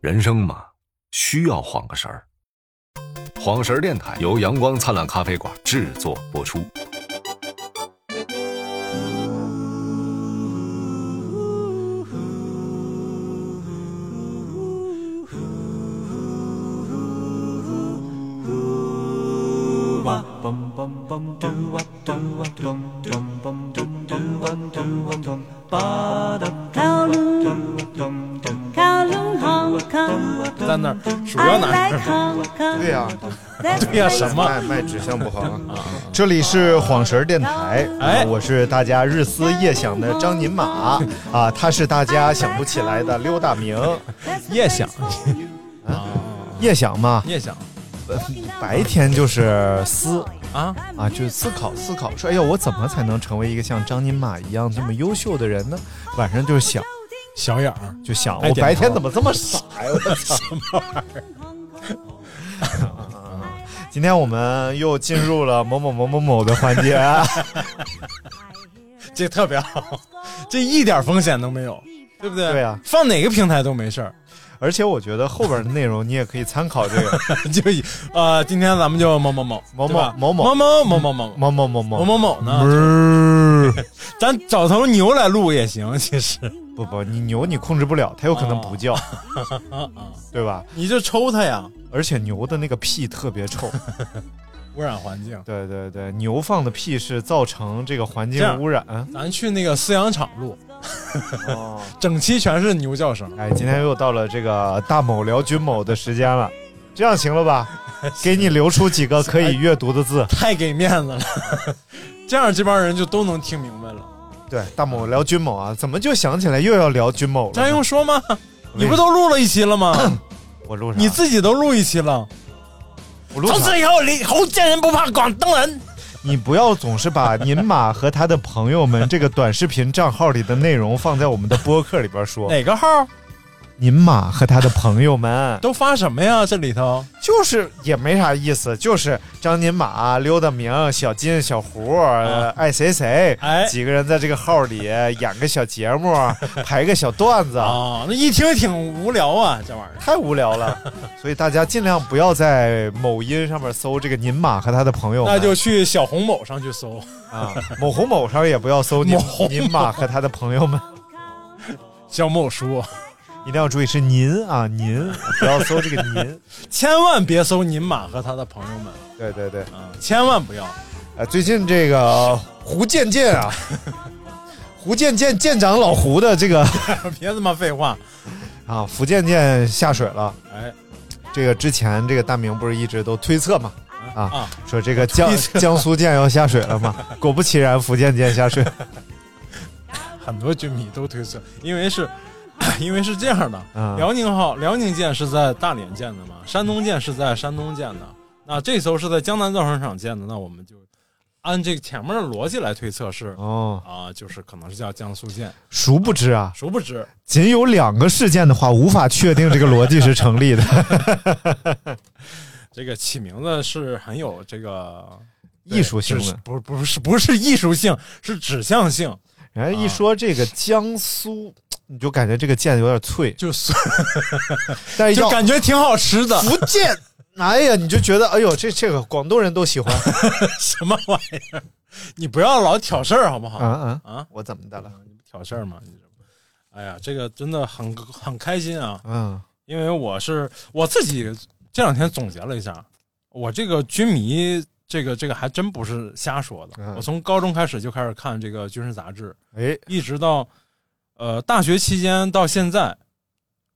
人生嘛，需要晃个神儿。晃神儿电台由阳光灿烂咖啡馆制作播出。 kowloon, kowloon, Hong Kong. 在那儿鼠标拿 I like Hong Kong. 对呀、 That's 对呀、什么？卖卖指向不好啊！这里是晃神儿电台，哎啊我是大家日思夜想的张宁马啊，他是大家想不起来的溜大明， 夜想，夜想嘛，夜想白天就是思啊，啊，就是思考思考，说哎呦，我怎么才能成为一个像张宁马一样这么优秀的人呢？晚上就是想，小眼儿，就想哎我白点天头怎么这么傻呀？我操！ 今天我们又进入了某某某某某的环节。 这特别好，这一点风险都没有，对不对？对啊放哪个平台都没事儿， 而且我觉得后边的内容你也可以参考这 个就以呃，今天咱们就某某某某某对吧某某某某某某某某某某嗯某某某某呢，咱找头牛来录也行， 其实不不，你牛你控制不了，它有可能 不叫，对吧？你就抽它呀，而且牛的那个屁特别 臭，污染环境。对对对，牛放的屁是造成这个环这样境污染。咱去那个饲养场录，哦， 整期全是牛叫声，哎，今天又到了这个大某聊君某的时间了，这样行了 吧？给你留出几个可以阅读的 字。太给面子了。 这样这帮人就都能听明白了。对，大某聊君某啊，怎么就想起来又要聊君某了咱呢？用说吗？你不都录了一 期了啊吗？我录啥？你自己都录一期了。我录啥？以后，你侯建人不怕广东人。你不要总是把您马和他的朋友们这个短视频账号里的内容放在我们的播客里边说。哪个号您马和他的朋友们，都发什么呀？这里头就是也没啥意思，就是张您马、溜达明、小金、小胡、呃爱谁谁，哎几个人在这个号里演个小节目，排个小段 子。啊，那一听挺无聊啊，这玩意儿。太无聊了， 所以大家尽量不要在某音上面搜这个您马和他的朋友们，那就去小红某上去搜，啊，某红某上也不要搜您某红某您马和他的朋友们。小某叔，啊一定要注意是您啊，您不要搜这个您。千万别搜您马和他的朋友们对对对，啊，千万不要。呃，最近这个胡健健啊，胡健健健长老胡的这个 别他妈废话。啊，福健健下水了。哎这个之前这个大明不是一直都推测嘛，啊，说这个江推测江苏健要下水了 嘛，果不其然，福建健下水。很多军迷都推测，因为是。 因为是这样的，嗯辽宁号辽宁舰是在大连建的嘛，山东舰是在山东建的，那这艘是在江南造船厂建的，那我们就按这个前面的逻辑来推测是 哦，啊，就是可能是叫江苏舰，殊不知啊，殊不知仅有两个事件的话，无法确定这个逻辑是成 立的。这个起名字是很有这个艺术性是的，不不是不是艺术性，是指向性，然后啊一说这个江苏，你就感觉这个健有点脆，就但是就哎要感觉挺好吃的， 福建，哎呀，你就觉得，哎呦，这这个广东人都喜欢。 啊什么玩意儿？你不要老挑事儿好不好？啊啊，啊，我怎么的了？挑事儿嘛，你这不，哎呀，这个真的很很开心啊，嗯，因为我是我自己这两天总结了一下，我这个军迷。这个这个还真不是瞎说的，嗯我从高中开始就开始看这个军事杂志，哎，一直到呃大学期间到现在，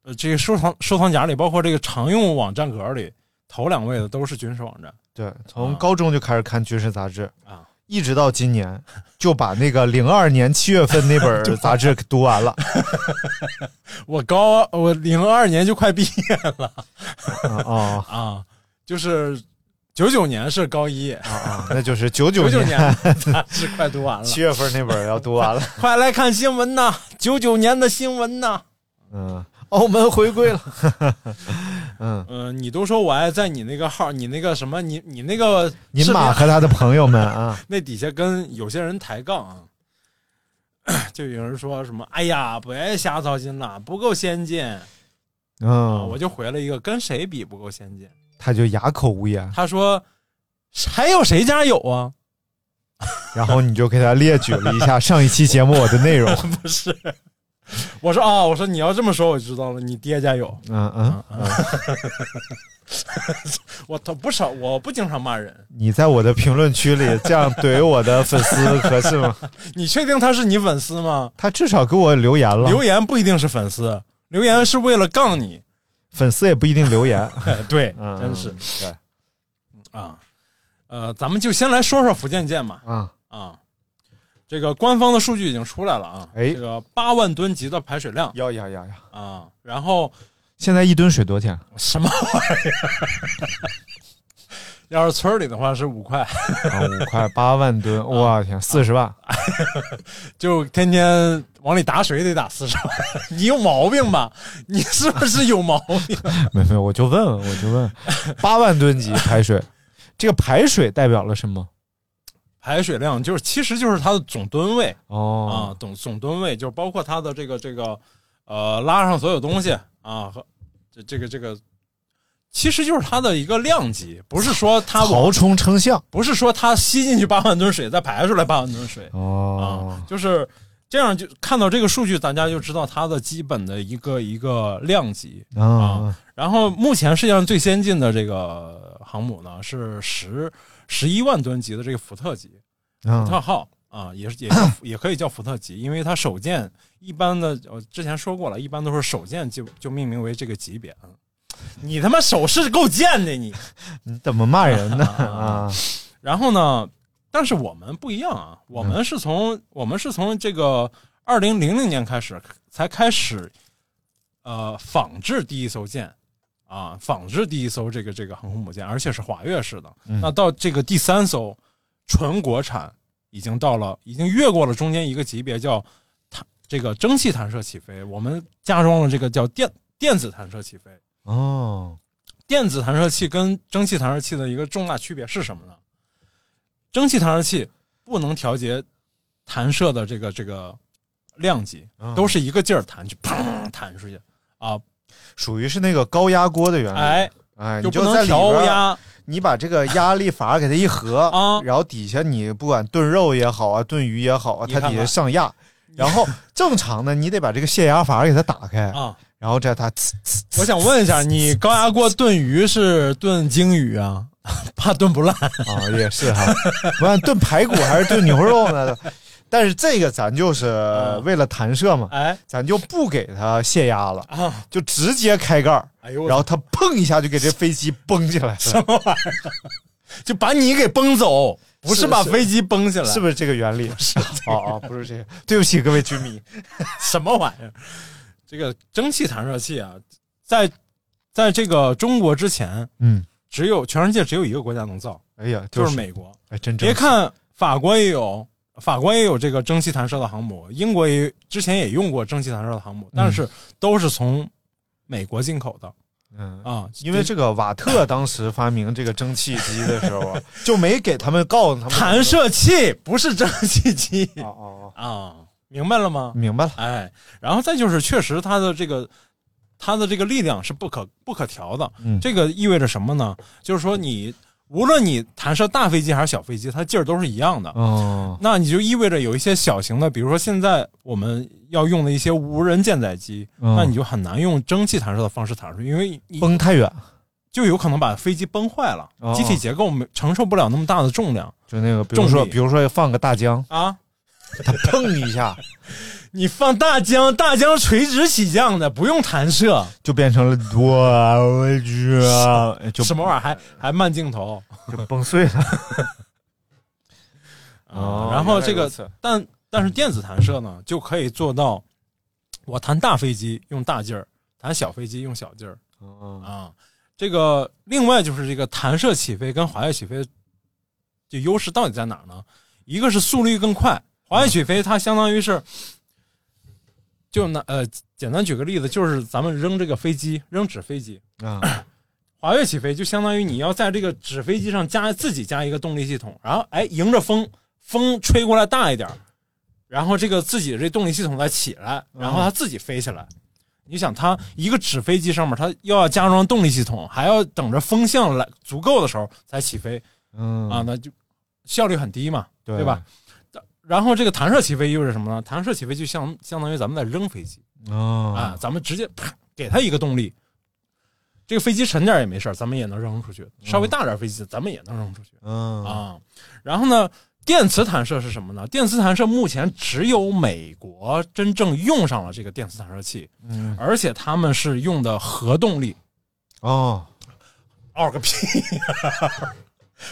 呃这个收藏收藏夹里，包括这个常用网站格里，头两位的都是军事网站对，从高中就开始看军事杂志啊，一直到今年就把那个零二年七月份那 本杂志给读完了我高我零二年就快毕业了啊啊啊，就是九九年是高一，啊啊！那就是九九九九年年杂志快读完了，七月份那本要读 完了。快来看新闻呐！九九年的新闻呐！嗯，澳门回归了。嗯，嗯、你都说我爱在你那个号，你那个什么，你你那个您视频马和他的朋友们 啊，那底下跟有些人抬杠啊， 就有人说什么“哎呀，别瞎操心了，不够先进”啊，嗯我，就回了一个“跟谁比不够先进他就哑口无言”，。他说：“还有谁家有啊？然后你就给他列举了一下上一期节目我的内 容。不是？” 我说：“啊，我说你要这么说，我知道了，你爹家有。嗯嗯，嗯 我他不少，我不经常骂人。你在我的评论区里这样怼我的粉丝合适吗？你确定他是你粉丝吗？他至少给我留言了，留言不一定是粉丝，留言是为了杠你。哎粉丝也不一定留 言。对，嗯，真是对啊。呃，咱们就先来说说福建舰吧。啊，啊，这个官方的数据已经出来了啊，哎这个八万吨级的排水量要要要要。啊，然后现在一吨水多少钱？什么玩意儿？ 要是村儿里的话是五块，啊，五块八万 吨，我天，四十万。就天天往里打水得打四十万， 你有毛病吧？ 你是不是有毛病？没有没有，我就问问，我就问，八万吨级排水，这个排水代表了什么？ 排水量就是其实就是它的总吨位啊哦，，总总吨位就包括它的这个这个呃拉上所有东西啊和这这个这个。其实就是它的一个量级，不是说它往曹冲称象。不是说它吸进去八万吨水，再排出来八万吨水、哦啊，，就是这样就看到这个数据，大家就知道它的基本的一个一个量级。啊，然后目前世界上最先进的这个航母呢是十十一万吨级的这个福特级福特啊，号。啊，也是也叫也可以叫福特级，因为它首舰一般的，我之前说过了，一般都是首舰就就命名为这个级别。嗯你他妈手势够贱的你！你怎么骂人 呢？啊，然后呢，但是我们不一样啊，我们是从、我们是从这个二零零零年开始才开始，呃，仿制第一艘舰啊，仿制第一艘这个这个航空母舰，而且是滑跃式的。嗯那到这个第三艘纯国产，已经到了，已经越过了中间一个级别，叫弹这个蒸汽弹射起飞，我们加装了这个叫电电子弹射起飞。哦，电子弹射器跟蒸汽弹射器的一个重大区别是什么呢？蒸汽弹射器不能调节弹射的这个这个量级，嗯都是一个劲儿弹去，砰弹出去啊！属于是那个高压锅的原理。哎，哎，你就不能在里边儿调，啊压，你把这个压力阀给它一合啊然后底下你不管炖肉也好啊，炖鱼也好啊，你它看底下看上压。然后正常的，你得把这个泄压阀给它打开，啊！然后这它呲呲我想问一下，你高压锅炖鱼是炖鲸鱼啊？ 怕炖不烂啊，也是哈。 我想炖排骨还是炖牛肉呢？ 但是这个咱就是啊为了弹射嘛，哎咱就不给它泄压了，啊！就直接开盖儿，哎呦我然后它砰一下就给这飞机蹦起来了， 就把你给崩走，不是是把是飞机崩起来，是不是这个原理？ 是啊啊，不是这个，对不起各位军迷，什么玩意儿？这个蒸汽弹射器啊，在在这个中国之前，嗯，只有全世界只有一个国家能造，哎呀，就是美，美国。哎，真别真看法国也有，法国也有这个蒸汽弹射的航母，英国也之前也用过蒸汽弹射的航母，但是都是从美国进口的嗯。啊，因为这个瓦特当时发明这个蒸汽机的时 候啊，就没给他们告诉他们弹射器不是蒸汽机啊啊啊，明白了吗啊，？明白了，哎，然后再就是，确实它的这个它的这个力量是不可不可调的。嗯这个意味着什么呢？就是说你无论你弹射大飞机还是小飞机，它劲儿都是一样的。 哦，那你就意味着有一些小型的，比如说现在我们要用的一些无人舰载机，嗯那你就很难用蒸汽弹射的方式弹出去，因为你崩太远，就有可能把飞机崩坏了，哦机体结构没承受不了那么大的重量就那个，比如说，重力比如说放个大疆，啊。砰 一下你放大疆，大疆垂直起降的，不用弹射。就变成了多啊就 什么玩意儿还还慢镜头就崩碎了。哦啊然后这原来个如此但但是电子弹射呢，就可以做到，我弹大飞机用大劲儿，弹小飞机用小劲儿哦啊。这个另外就是这个弹射起飞跟滑跃起飞的优势到底在哪儿呢？一个是速率更快，滑跃起飞它相当于是，就拿呃简单举个例子，就是咱们扔这个飞机扔纸飞机，啊，滑跃起飞就相当于你要在这个纸飞机上加自己加一个动力系统，然后哎迎着风，风吹过来大一点儿，然后这个自己这动力系统再起来，然后它自己飞起来。你想，它一个纸飞机上面，它又要加装动力系统，还要等着风向来足够的时候才起飞嗯啊，那就效率很低嘛，对对吧？然后这个弹射起飞又是什么呢？弹射起飞就相相当于咱们在扔飞机，啊，啊，咱们直接啪给它一个动力，这个飞机沉点儿也没事儿，咱们也能扔出去。稍微大点儿飞机，咱们也能扔出去嗯啊。然后呢，电磁弹射是什么呢？电磁弹射目前只有美国真正用上了这个电磁弹射器，嗯而且他们是用的核动力。哦，嗷个屁呀！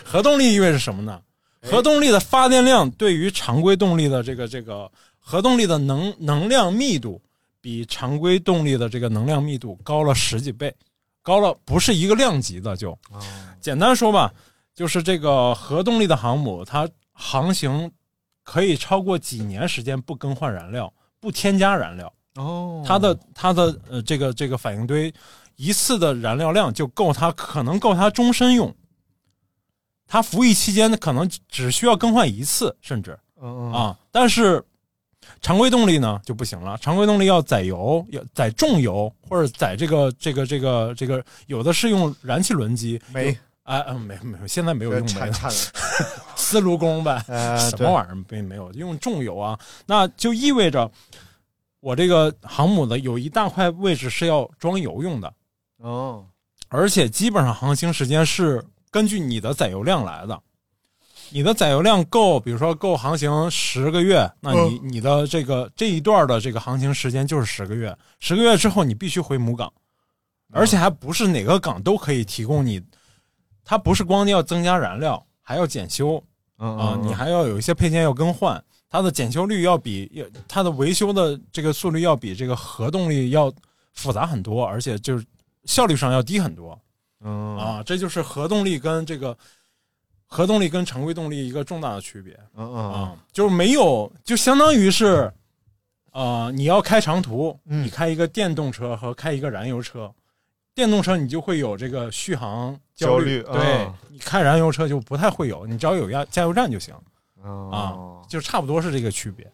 核动力意味着什么呢？核动力的发电量对于常规动力的这个这个核动力的能能量密度比常规动力的这个能量密度高了十几倍，高了不是一个量级的就。简单说吧，就是这个核动力的航母，它航行可以超过几年时间不更换燃料，不添加燃料。哦，它的它的呃这个这个反应堆一次的燃料量就够它可能够它终身用。它服役期间可能只需要更换一次，甚至嗯嗯啊，但是常规动力呢就不行了。常规动力要载油，要载重油，或者载这个这个这个这个，有的是用燃气轮机，没呃哎、嗯，没没有，现在没有用煤铲了，铲了，丝炉工呗。呃，什对么玩意儿没没有用重油啊？那就意味着我这个航母的有一大块位置是要装油用的，哦，而且基本上航行时间是根据你的载油量来的。你的载油量够，比如说够航行十个月，那嗯你、你的这个这一段的这个航行时间就是十个月。十个月之后，你必须回母港，嗯而且还不是哪个港都可以提供你，它不是光要增加燃料，还要检修，嗯啊，你还要有一些配件要更换，它的检修率要比要它的维修的这个速率要比这个核动力要复杂很多，而且就是效率上要低很多嗯啊。这就是核动力跟这个核动力跟常规动力一个重大的区别嗯嗯啊，就是没有，就相当于是，呃，你要开长途，嗯你开一个电动车和开一个燃油车。电动车你就会有这个续航虑，焦虑对嗯你开燃油车就不太会有，你只要有加加油站就行。嗯啊，哦就差不多是这个区别。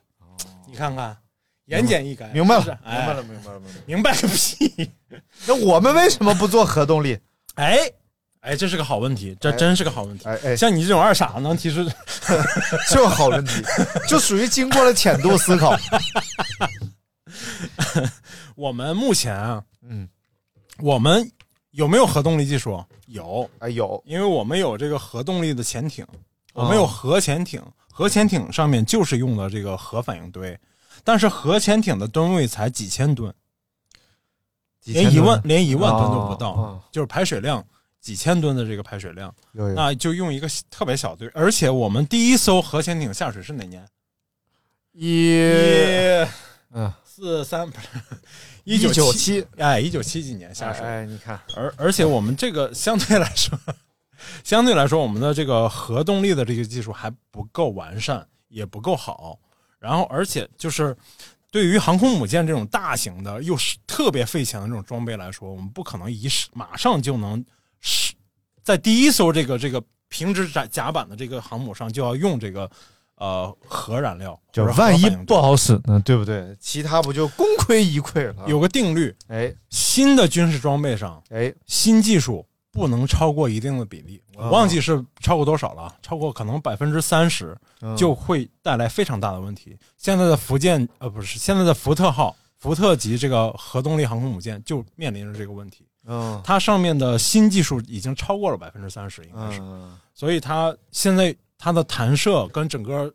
你看看，言简意赅，明白了，是不是明哎白了，明白了，明白了。明白个屁！那我们为什么不做核动力？哎哎，这是个好问题，这哎真是个好问题。哎哎，像你这种二傻能提出，就是好问题，就属于经过了浅度思考。我们目前啊，嗯，我们有没有核动力技术？有，哎，有，嗯因为我们有这个核动力的潜艇， 我们有核潜艇，核潜艇上面就是用的这个核反应堆，但是核潜艇的吨位才几千吨，几千连吨一万连一万吨都不到，哦哦就是排水量几千吨的这个排水量，有有那就用一个特别小队。而且我们第一艘核潜艇下水是哪年？呃一一嗯四三不是呃一一九七七哎一九七几年下水，哎，你看，而而且我们这个相对来说， 相对来说我们的这个核动力的这个技术还不够完善，也不够好。然后而且就是对于航空母舰这种大型的又是特别费钱的这种装备来说，我们不可能一试马上就能是在第一艘这个这个平直甲甲板的这个航母上就要用这个呃核燃料，就或者是核万一反应不堆好使呢，对不对？其他不就功亏一篑了？有，个定律，哎新的军事装备上哎，新技术不能超过一定的比例，啊我忘记是超过多少了，超过可能百分之三十嗯就会带来非常大的问题。现在的福建呃不是现在的福特号、福特级这个核动力航空母舰就面临着这个问题，嗯它上面的新技术已经超过了百分之三十，应该是，嗯所以它现在它的弹射跟整个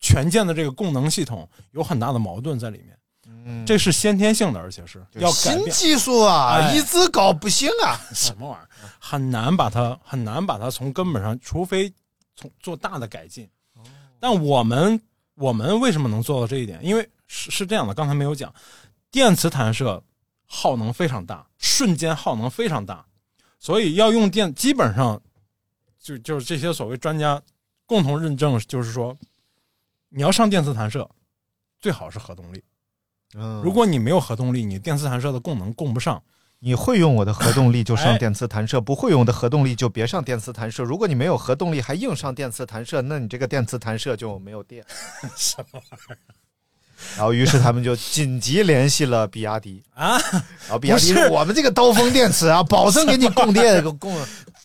全舰的这个供能系统有很大的矛盾在里面，嗯，这是先天性的，而且是要改新变。技术啊，哎一直搞不行 啊。什么玩意儿，很难把它很难把它从根本上，除非从做大的改进。但我们我们为什么能做到这一点？因为是是这样的，刚才没有讲，电磁弹射耗能非常大，瞬间耗能非常大，所以要用电，基本上就就是这些所谓专家共同认证，就是说你要上电磁弹射，最好是核动力。嗯如果你没有核动力，你电磁弹射的供能供不上。你会用我的核动力就上哎电磁弹射，不会用我的核动力就别上电磁弹射。如果你没有核动力还硬上电磁弹射，那你这个电磁弹射就没有 电。什么然后，于是他们就紧急联系了比亚迪啊！然后比亚迪不是说：“我们这个刀锋电池啊，保证给你供电， 供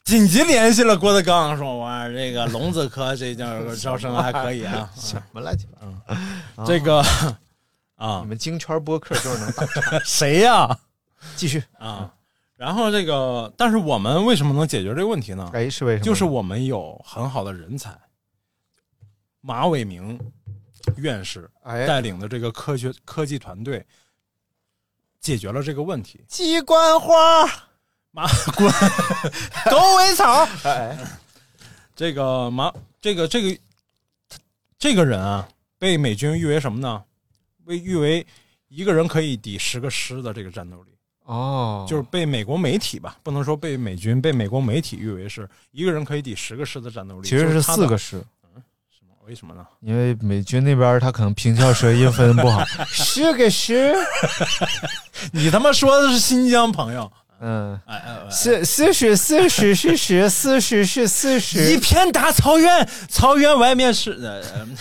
紧急联系了郭德纲，说我这个聋子科这叫招生还可以 啊，什么乱七八糟。这个 你啊们京圈播客就是 能打。谁呀继续，啊，然后这个，但是我们为什么能解决这个问题呢？哎，是为什么？就是我们有很好的人才，马伟明院士哎，带领的这个科学科技团队解决了这个问题。鸡冠花，马滚， 狗尾草。这个马，这个这个这个人啊，被美军誉为什么呢？被誉为一个人可以抵十个师的这个战斗力，哦，就是被美国媒体吧，不能说被美军，被美国媒体誉为是一个人可以抵十个师的战斗力。其实就是他四的个师，什么？为什么呢？因为美军那边他可能平翘舌音分不好，是个师，你他妈说的是新疆朋友？嗯，哎哎哎！四四十四十是十，四十是四一十，片大草原，草原外面是呃，呃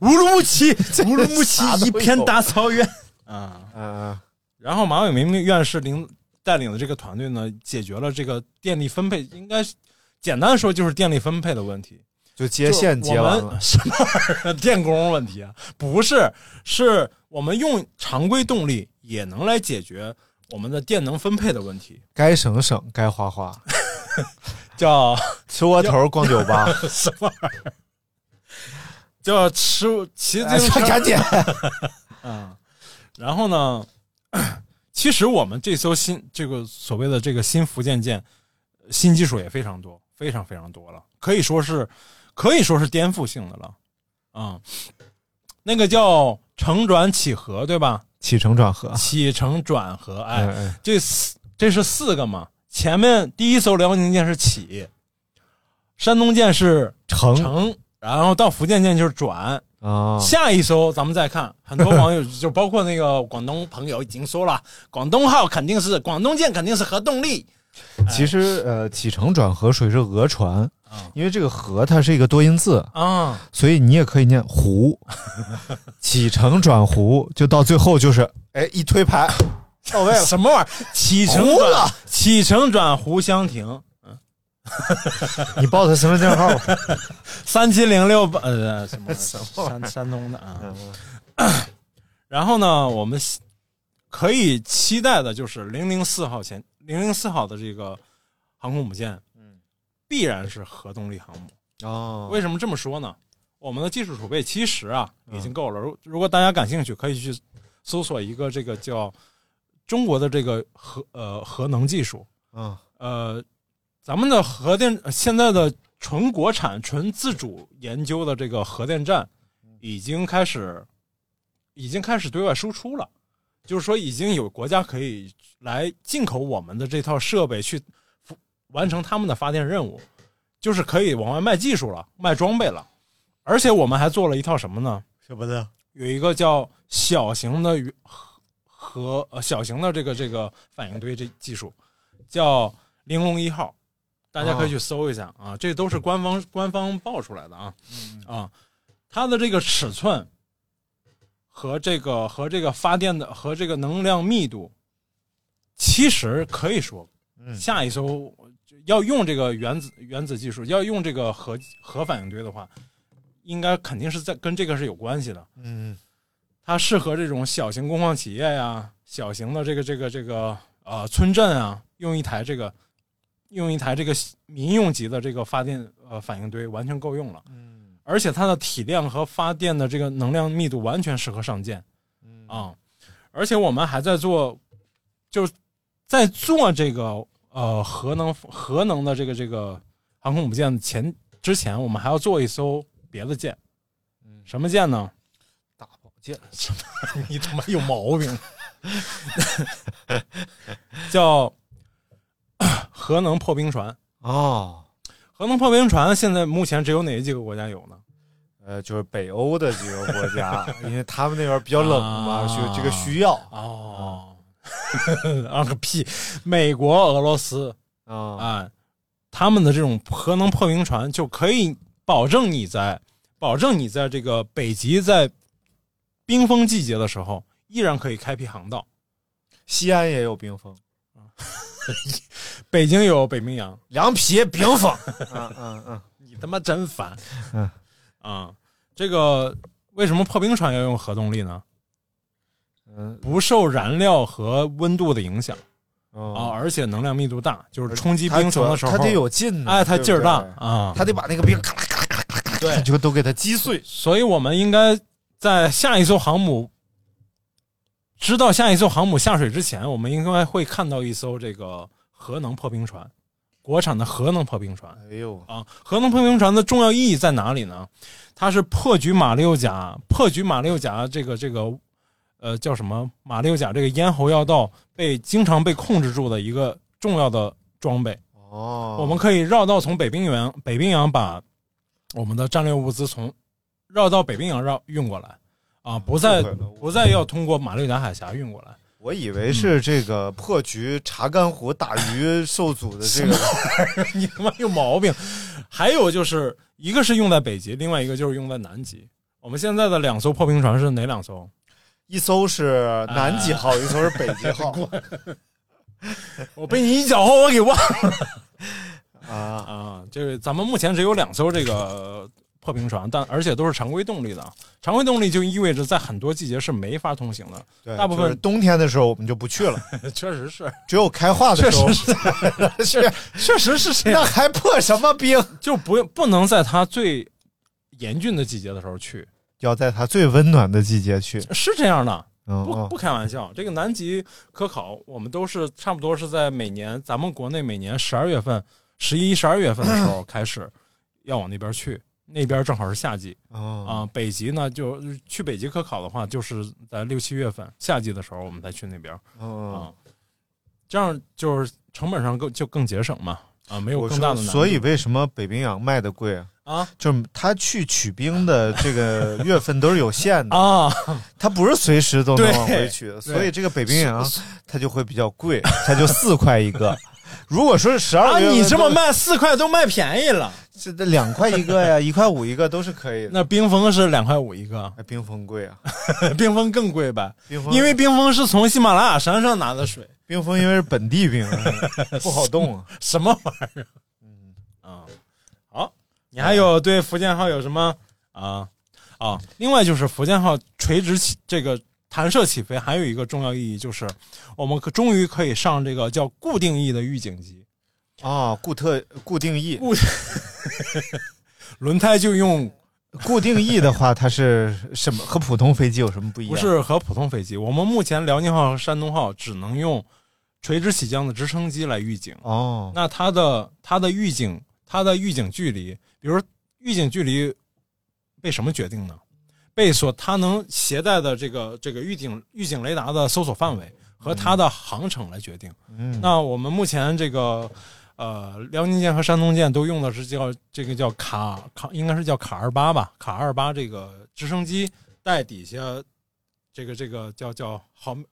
乌鲁木 齐，乌鲁木齐啥都一片有大草原啊。嗯，然后马伟明院士领带领的这个团队呢，解决了这个电力分配，应该是简单说就是电力分配的问题。就接线接完就我了们， 什么玩意儿？电工问题啊？不是，是我们用常规动力也能来解决我们的电能分配的问题，该省省，该花花，叫吃窝头逛酒 吧，什么玩意儿？叫 吃骑自行车哎赶紧，啊，然后呢， 其实我们这艘新这个所谓的这个新福建舰，呃新技术也非常多，非常非常多了，可以说是可以说是颠覆性的了啊、那个叫承转启合，对吧？起承转合，起承转合，哎，嗯，这四这是四个嘛？前面第一艘辽宁舰是起，山东舰是成承，然后到福建舰就是转，啊，下一艘咱们再看，很多网友就 包括那个广东朋友已经说了，广东号肯定是广东舰肯定是核动力，其实呃，起承转合属于是讹传哎嗯，因为这个合它是一个多音字，啊，所以你也可以念 弧，起承转弧，就到最后就是哎一推盘到位了，什么玩意儿？起承糊转了起承转湖相停，你报他身份证号吧，三七零六八呃什么什么玩意山山东的啊。 然后呢，我们希可以期待的就是零零四号前零零四号的这个航空母舰，必然是核动力航母。 哦为什么这么说呢？我们的技术储备其实啊已经够了。如如果大家感兴趣，可以去搜索一个这个叫中国的这个核呃核能技术。嗯，呃，咱们的核电呃现在的纯国产、纯自主研究的这个核电站，已经开始已经开始对外输出了。就是说，已经有国家可以来进口我们的这套设备去服完成他们的发电任务，就是可以往外卖技术了，卖装备了。而且我们还做了一套什么呢？什么的，有一个叫小型的与核核呃小型的这个这个反应堆这技术，叫玲珑一号，大家可以去搜一下哦啊，这都是官方官方报出来的啊、嗯啊，它的这个尺寸和这个和这个发电的和这个能量密度，其实可以说嗯下一艘要用这个原子原子技术，要用这个核核反应堆的话，应该肯定是在跟这个是有关系的。嗯，它适合这种小型工矿企业呀、小型的这个这个这个呃村镇啊，用一台这个用一台这个民用级的这个发电呃反应堆完全够用了。嗯，而且它的体量和发电的这个能量密度完全适合上舰。嗯啊，而且我们还在做，就是在做这个呃核能核能的这个这个航空母舰前之前，我们还要做一艘。别的剑，什么剑呢？大宝剑，什么？你他妈有毛病！叫核能破冰船。哦，核能破冰船现在目前只有哪几个国家有呢？呃，就是北欧的几个国家，因为他们那边比较冷嘛，啊需、这个需要哦，啊个屁！美国、俄罗斯啊啊，他们的这种核能破冰船就可以保证你在保证你在这个北极在冰封季节的时候，依然可以开辟航道。西安也有冰封，北京有北冰洋，凉皮啊冰封。嗯嗯嗯，你他妈真烦。嗯啊，这个为什么破冰船要用核动力呢？嗯不受燃料和温度的影响啊，哦，而且能量密度大，就是冲击冰层的时候，它得有劲呢，哎，它劲儿大对不对啊。他得把那个冰咔啦咔啦咔啦咔啦，对，就都给它击碎。所以我们应该在下一艘航母知道下一艘航母下水之前，我们应该会看到一艘这个核能破冰船，国产的核能破冰船。哎呦，啊，核能破冰船的重要意义在哪里呢？它是破局马六甲，破局马六甲这个这个，呃，叫什么？马六甲这个咽喉要道被经常被控制住的一个重要的装备。哦，我们可以绕道从北冰洋，北冰洋把我们的战略物资从绕到北冰洋绕运过来啊，不再误会了不再要通过马六甲海峡运过来。我以为是这个破局查干湖打鱼受阻的这个， 你他妈有毛病！还有就是一个是用在北极，另外一个就是用在南极。我们现在的两艘破冰船是哪两艘？一艘是啊南极号，一艘是北 极号我被你一脚后我给忘了啊。啊！这个咱们目前只有两艘这个破冰船，但而且都是常规动力的。常规动力就意味着在很多季节是没法通行的，对，大部分就是冬天的时候我们就不去了， 确实是，只有开化的确时候实是，去。确实是这那样，还破什么冰？就不不能在它最严峻的季节的时候去，要在它最温暖的季 节去。是这样的。嗯不嗯不开玩笑，这个南极科考，我们都是差不多是在每年咱们国内每年十二月份、十一、十二月份的时候开始要往那边去，那边正好是夏季啊、哦北极呢，就去北极科考的话，就是在六七月份夏季的时候，我们再去那边啊、嗯，这样就是成本上更就更节省嘛啊，没有我更大说，的难度。所以为什么北冰洋卖的贵啊？啊就是他去取冰的这个月份都是 有限的，啊，他不是随时都能对往回取的，所以这个北冰洋它就会比较贵，它就四块一 个。如果说是十二啊个月份都，你这么卖四块都卖便宜了，这这两块一个呀，一 块五一个都是可以的。那冰封是两块五一 个，哎，冰峰贵啊，冰封更贵呗，冰峰因为冰封是从喜马拉雅山上拿的水。冰峰因为是本地 冰，不好冻啊。什么玩意儿？嗯啊，好，你还有对福建号有什么啊啊？另外就是福建号垂直起这个弹射起飞，还有一个重要意义就是，我们可终于可以上这个叫固定翼的预警机，啊，固特固定翼，轮胎就用固定翼的话，它是什么？和普通飞机有什么不一样？不是和普通飞机，我们目前辽宁号和山东号只能用垂直起降的直升机来预警。哦，那它的它的预警它的预警距离，比如说预警距离被什么决定呢？被所它能携带的这个这个预警预警雷达的搜索范围和它的航程来决定。嗯那我们目前这个呃辽宁舰和山东舰都用的是叫这个叫卡卡应该是叫卡二八吧，卡二八这个直升机带底下这个这个叫叫毫米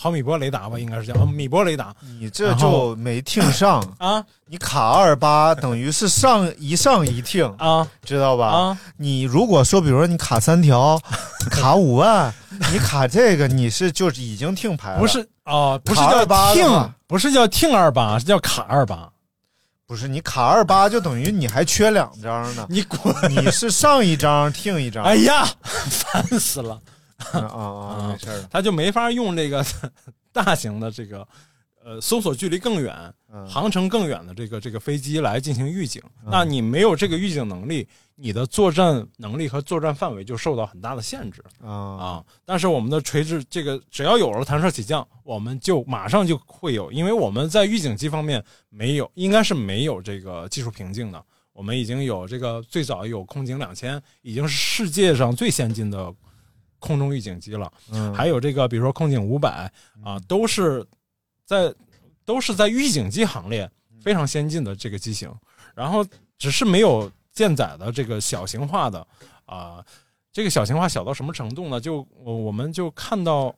毫米波雷达吧，应该是叫啊米波雷达你这然后就没听上，啊你卡二八等于是上一上一听，啊知道吧？啊！你如果说，比如说你卡三条，卡五万，你卡这个，你是就是已经停牌了，不是啊、不是卡叫二八的听啊话，不是叫听二八，是叫卡二八。不是你卡二八就等于你还缺两张呢，你滚！你啊是上一张停一张，哎呀， 烦死了！啊啊，没事儿了，他就没法用这个 大型的这个呃搜索距离更远、嗯航程更远的这个这个飞机来进行预警。那你没有这个预警能力，你的作战能力和作战范围就受到很大的限制啊啊。但是我们的垂直这个只要有了弹射起降，我们就马上就会有，因为我们在预警机方面没有，应该是没有这个技术瓶颈的。我们已经有这个最早有空警两千，已经是世界上最先进的空中预警机了。嗯还有这个，比如说空警五百啊，都是在都是在预警机行列非常先进的这个机型，然后只是没有舰载的这个小型化的啊、这个小型化小到什么程度呢？就我我们就看到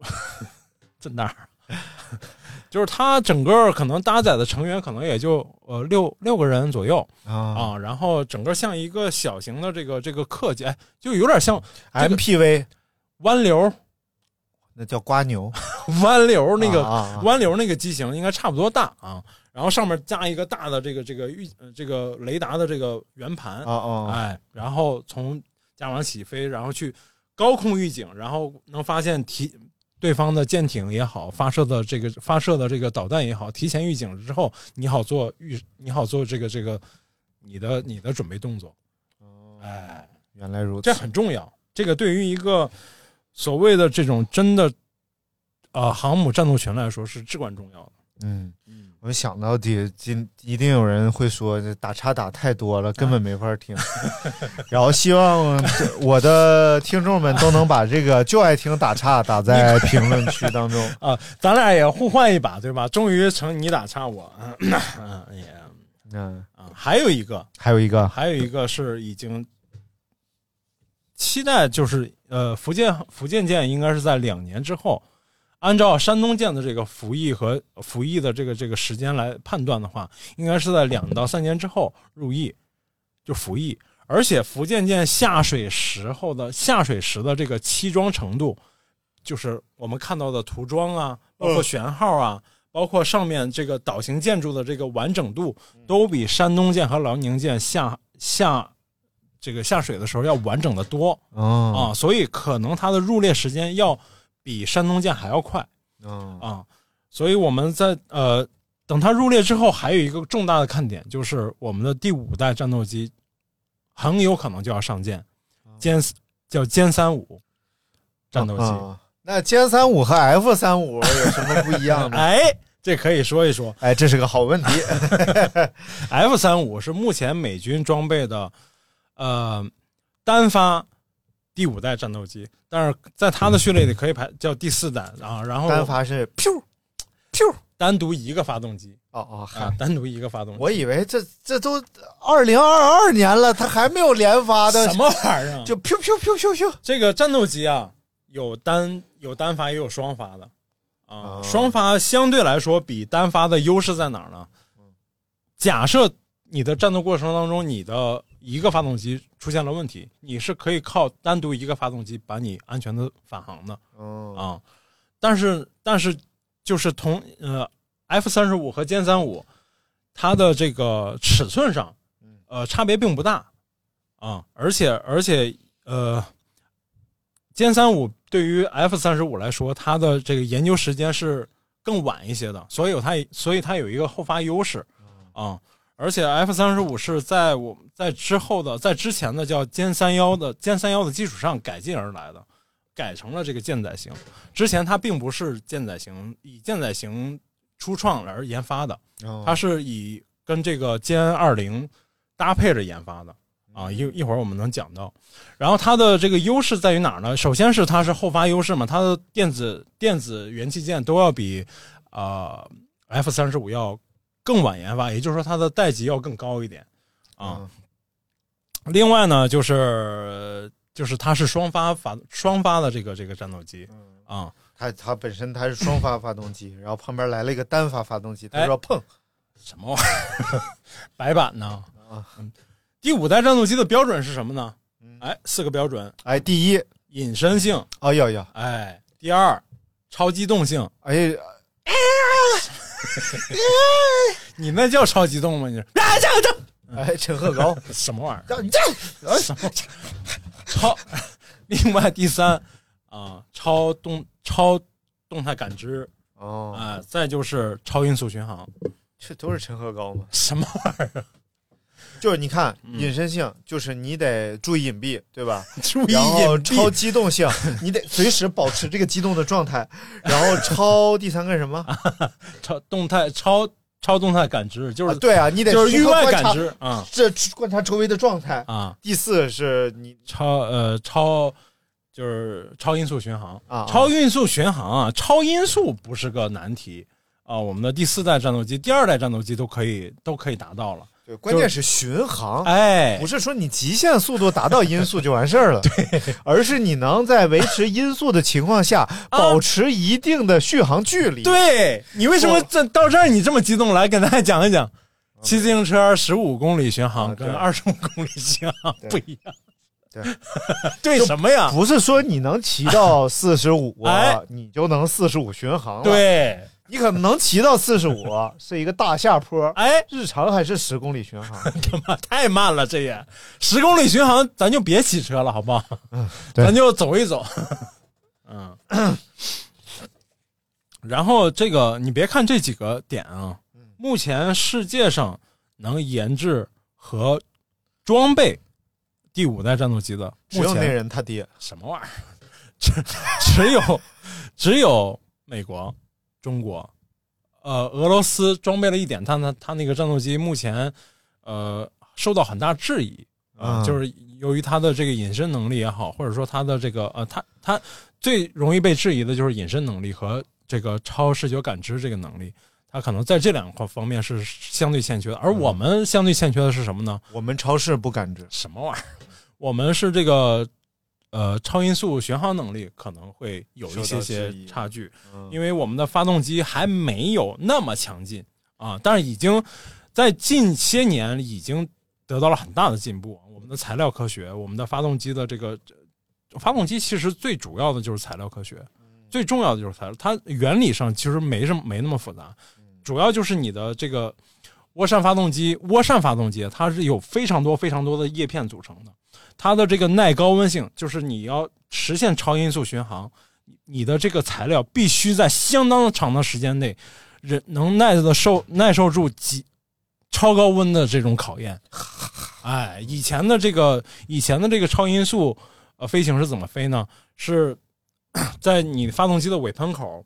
在哪儿， 就是它整个可能搭载的成员可能也就呃六六个人左右啊啊，然后整个像一个小型的这个这个客机，哎，就有点像这个，MPV 弯流那叫瓜牛， 弯流那个啊啊啊弯流那个机型应该差不多大啊，然后上面加一个大的这个这个预呃这个雷达的这个圆盘啊，啊，哎，然后从加往起飞，然后去高空预警，然后能发现提对方的舰艇也好，发射的这个发射的这个导弹也好，提前预警之后，你好做预你好做这个这个你的你的准备动作，哎，原来如此这，很重要。这个对于一个所谓的这种真的啊、呃航母战斗群来说是至关重要的。嗯，我想到底今一定有人会说这打岔打太多了，啊根本没法听。 然后希望这我的听众们都能把这个就爱听打岔打在评论区 当中。啊、咱俩也互换一把，对吧？终于成你打岔我， 嗯也嗯，啊，还有一个，还有一个还有一个是已经期待，就是呃，福建福建舰应该是在两年之后，按照山东舰的这个服役和呃服役的这个这个时间来判断的话，应该是在两到三年之后入役，就服役。而且福建舰下水时候的下水时的这个漆装程度，就是我们看到的涂装啊，包括舷号啊，包括上面这个岛型建筑的这个完整度，都比山东舰和辽宁舰下下这个下水的时候要完整的多嗯啊，所以可能它的入列时间要比山东舰还要快嗯啊，所以我们在呃等它入列之后，还有一个重大的看点就是我们的第五代战斗机很有可能就要上舰，歼叫歼三五战斗机，啊那歼三五和 F 三五有什么不一样 呢？哎，这可以说一说。哎，这是个好问题。 F 三五是目前美军装备的，呃，单发第五代战斗机，但是在它的序列里可以排叫第四代啊。然后单发是噗噗，单独一个发动机哦哦，嗨啊，，单独一个发动机。我以为这这都二零二二年了，他还没有连发的什么玩意儿啊？就飘飘飘飘飘。这个战斗机啊，有单有单发也有双发的啊哦。双发相对来说比单发的优势在哪儿呢？假设你的战斗过程当中，你的一个发动机出现了问题，你是可以靠单独一个发动机把你安全的返航的嗯啊。但是但是就是同呃 F 三十五和歼三五，它的这个尺寸上，呃差别并不大啊，而且而且呃歼三五对于 F 三十五来说，它的这个研究时间是更晚一些的，所以有它所以它有一个后发优势啊。而且 F 三十五是在我在之后的在之前的叫歼三幺的歼三幺的基础上改进而来的，改成了这个舰载型。之前它并不是舰载型，以舰载型初创而研发的，哦它是以跟这个歼二零搭配着研发的啊。一一会儿我们能讲到。然后它的这个优势在于哪儿呢？首先是它是后发优势嘛，它的电子电子元器件都要比啊 F 三十五要更晚研发，也就是说它的代级要更高一点哦啊。嗯另外呢，就是就是它是双发发双发的这个这个战斗机啊。它它本身它是双发发动机，然后旁边来了一个单发发动机，哎他说碰什么玩意儿？ 白板呢？啊，第五代战斗机的标准是什么呢？嗯哎，四个标准：哎，第一，隐身性，哎呀呀，哎，第二，超机动性。哎呀，你那叫超机动吗？你是嗯哎，陈鹤高， 哎什么玩意儿？让你站，什么玩意儿？超， 另外第三啊、超动超动态感知哦，啊、再就是超音速巡航，这都是陈鹤高吗？什么玩意儿？就是你看嗯隐身性，就是你得注意隐蔽，对吧？ 注意然后隐超蔽，机动性，你得随时保持这个激动的状态。然后超第三个是什么？超动态超超动态感知， 就是、对啊，你得就是域时刻外观感察知啊这观察周围的状态。啊，第四是你超呃超就是超音速巡航啊超音速巡航啊，超音速不是个难题啊，我们的第四代战斗机、第二代战斗机都可以都可以达到了，对，关键是巡航，哎啊不，是说你极限速度达到音速就完事儿了，对，而是你能在维持音速的情况下保持一定的续航距离。，啊对你为什么这到这儿你这么激动？来跟大家讲一讲，骑自行车十五公里巡航嗯啊对跟二十五公里巡航对不一样，对对什么呀？不是说你能骑到四十五哎，你就能四十五巡航了。，对，你可能能骑到四十五， 是一个大下坡，哎，日常还是十公里 巡航。他妈太慢了，这也十公里巡航，咱就别骑车了，好不好？嗯 对咱就走一 走。嗯， 然后这个你别看这几个点啊，嗯目前世界上能研制和装备第五代战斗机的，只目有那前人他爹，什么玩意儿？ 只只有只有美国、中国，呃，俄罗斯装备了一点，但它它那个战斗机目前呃受到很大质疑啊、嗯就是由于它的这个隐身能力也好，或者说它的这个呃，它它最容易被质疑的就是隐身能力和这个超视觉感知这个能力。它可能在这两块方面是相对欠缺的，而我们相对欠缺的是什么呢？我们超市不感知。什么玩意儿？ 我们是这个呃超音速巡航能力可能会有一受些到些质疑差距，嗯因为我们的发动机还没有那么强劲啊，但是已经在近些年已经得到了很大的进步。我们的材料科学，我们的发动机的这个发动机，其实最主要的就是材料科学，最重要的就是材料，它原理上其实没什么没那么复杂，主要就是你的这个涡扇发动机，涡扇发动机它是有非常多非常多的叶片组成的，它的这个耐高温性，就是你要实现超音速巡航，你的这个材料必须在相当长的时间内，忍能耐得受耐受住极超高温的这种考验。哎，以前的这个以前的这个超音速呃飞行是怎么飞呢？是 在你发动机的尾喷口，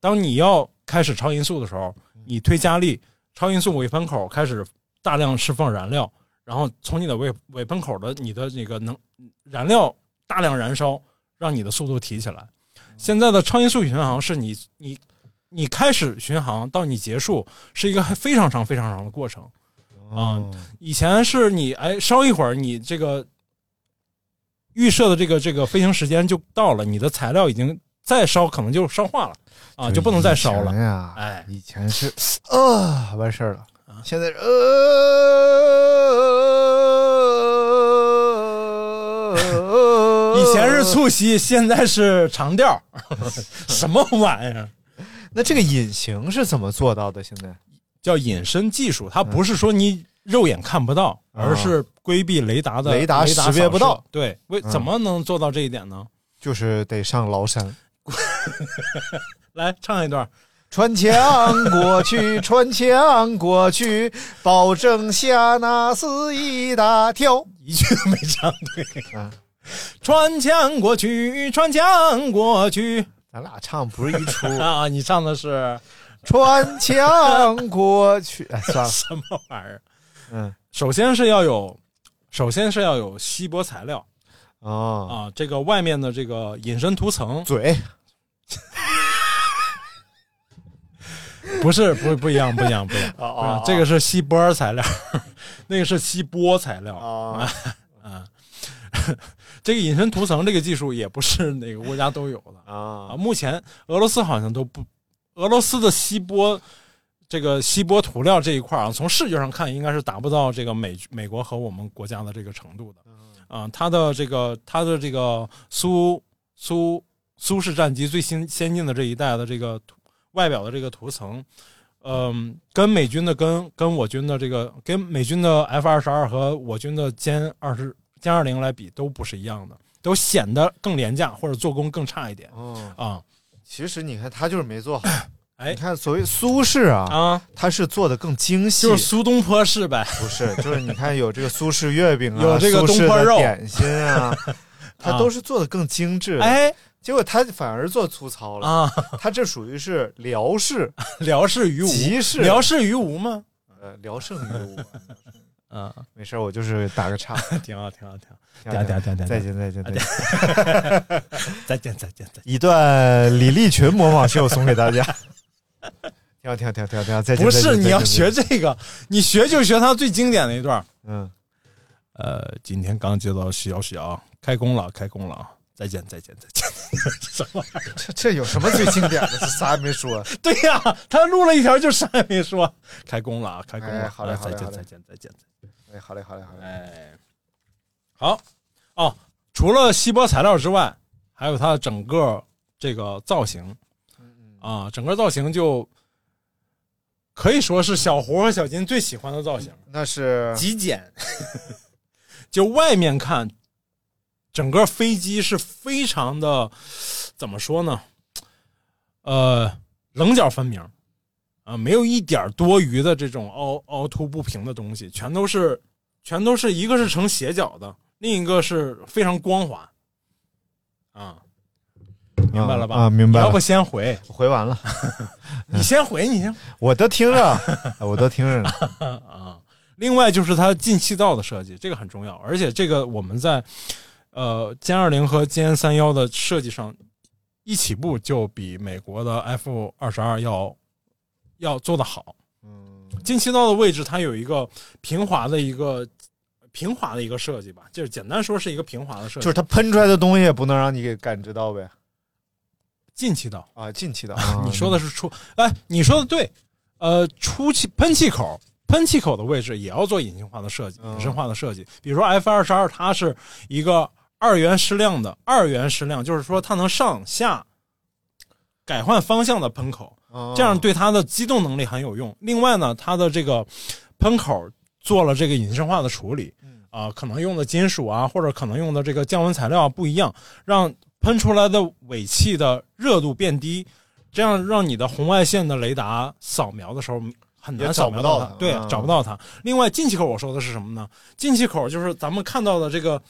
当你要开始超音速的时候，你推加力，超音速尾喷口开始大量释放燃料，然后从你的尾尾喷口的你的那个能燃料大量燃烧，让你的速度提起来。现在的超音速巡航是你你你开始巡航到你结束是一个非常长非常长的过程啊、以前是你哎稍一会儿你这个预设的这个这个飞行时间就到了，你的材料已经再烧可能就烧化了啊，就不能再烧以了前。呀。哎以前 是啊，完事儿了，现在是呃，以前是促膝，现在是长调，什么玩意儿？ 那这个隐形是怎么做到的？现在叫隐身技术，它不是说你肉眼看不到，嗯而是规避雷达的雷达雷达扫识别不到射。对，为嗯怎么能做到这一点呢？就是得上崂山，来唱一段， 穿墙过去，穿墙过去， 保证下那是一大跳。一句都没唱对。啊穿墙过去，穿墙过去咱俩唱不是一出， 啊！你唱的是穿墙过去，哎，算了，什么玩意儿？ 嗯，首先是要有，首先是要有锡箔材料哦，啊，这个外面的这个隐身涂层嘴不是，不不一样，不一样，不一样。哦哦不一样哦啊这个是锡箔材料， 那个是锡箔材料。啊，啊，这个隐身涂层这个技术也不是哪个国家都有的啊。啊，目前俄罗斯好像都不，俄罗斯的锡箔这个锡箔涂料这一块儿啊，从视觉上看应该是达不到这个美美国和我们国家的这个程度的。啊，它的这个它的这个苏苏苏式战机最新先进的这一代的这个涂外表的这个涂层。嗯，跟美军的跟跟我军的这个跟美军的 F 二十二和我军的歼二十歼二零来比都不是一样的，都显得更廉价或者做工更差一点哦，啊其实你看他就是没做好，哎你看所谓苏式啊，啊，它是做的更精细就是，苏东坡式呗，不是，就是你看有这个苏式月饼啊， 有这个苏式东坡的肉 点心啊，它啊都是做的更精致的。哎，结果他反而做粗糙了啊！ 他这属于是聊事，聊胜于无，极是聊胜于无吗？呃，聊胜于 无。嗯，没事儿，我就是打 个岔。挺好，挺好，挺好。行点点点行点再见，再见，再见。再见，再见，再见。一段李立群模仿秀送给 大家。挺好，挺好，挺好，挺好，挺好。再见。不再是见你要，学再见这个，你学就学他最经典的一段。嗯，呃，今天刚接到徐瑶，徐瑶开工了，开工了啊！再见，再见，再见。什么玩意儿？这这有什么最经典的？这啥也 没说。对呀、他录了一条，就啥也没说。开工了啊，开工了。哎好嘞啊好嘞再见，好嘞再见，再见。哎，好嘞，好嘞，好嘞。哎，好哦。除了锡箔材料之外，还有它的整个这个造型啊，整个造型就可以说是小胡和小金最喜欢的造型，那是极简。 就外面看，整个飞机是非常的怎么说呢？呃，棱角分明啊，没有一点儿多余的这种凹凹凸不平的东西，全都是全都是一个是呈斜角的，另一个是非常光滑。啊，明白了吧？啊，明白你要不了。先 回，回完了，你先回，你先我都听着， 哎我都听着呢。啊。另外就是它进气道的设计，这个很重要，而且这个我们在呃歼二零和歼三幺的设计上，一起步就比美国的 F 二十二要要做得好。嗯，进气道的位置它有一个平滑的一个平滑的一个设计吧，就是简单说是一个平滑的设就计，是它喷出来的东西也不能让你给感知到呗。进气道。啊，进气道。 你说的是出，哎，你说的对，呃，出气喷气口，喷气口的位置也要做隐性化的设计，嗯隐身化的设计。比如说 F 二十二，它是一个二元矢量的，二元矢量就是说它能上下改换方向的喷口，嗯这样对它的机动能力很有用。另外呢，它的这个喷口做了这个隐身化的处理，嗯啊、可能用的金属啊，或者可能用的这个降温材料啊不一样，让喷出来的尾气的热度变低，这样让你的红外线的雷达扫描的时候很难也扫找描不到到它，它对，嗯找不到它。另外，进气口我说的是什么呢？进气口就是咱们看到的这个。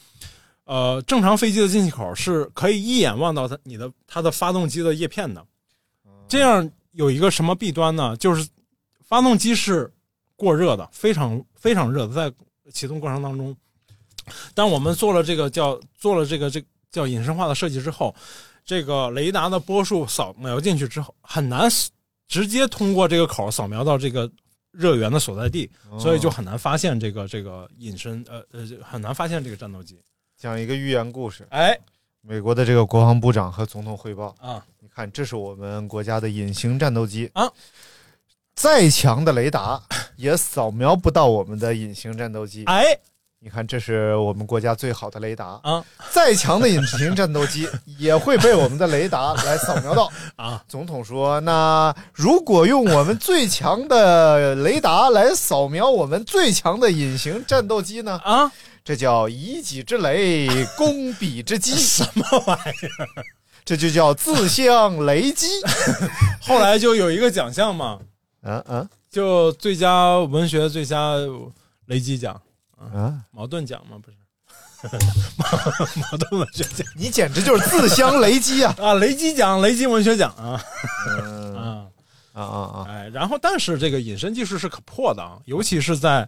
呃，正常飞机的进气口是可以一眼望到它你的它的发动机的叶片的，嗯这样有一个什么弊端呢？就是发动机是过热的，非常非常热的，在启动过程当中。当我们做了这个叫做了这个这个叫隐身化的设计之后，这个雷达的波束扫描进去之后，很难直接通过这个口扫描到这个热源的所在地，哦所以嗯就很难发现这个这个隐身呃呃就很难发现这个战斗机。讲一个寓言故事，哎美国的这个国防部长和总统汇报。啊你看，这是我们国家的隐形战斗机啊！再强的雷达也扫描不到我们的隐形战斗机。哎你看，这是我们国家最好的雷达。啊再强的隐形战斗 机也会被我们的雷达来扫描到。啊总统说：“那如果用我们最强的雷达来扫描我们最强的隐形战斗机呢？啊！这叫以己之雷 攻彼之击，什么玩意儿？这就叫自相雷 击。后来就有一个奖项嘛，嗯嗯就最佳文学、最佳雷击奖、嗯，矛盾奖嘛，不是矛矛盾文学奖你简直就是自相雷击 啊！ 啊，雷击奖、雷击文学奖啊嗯啊！啊啊啊！哎，然后但是这个隐身技术是可破的啊，尤其是在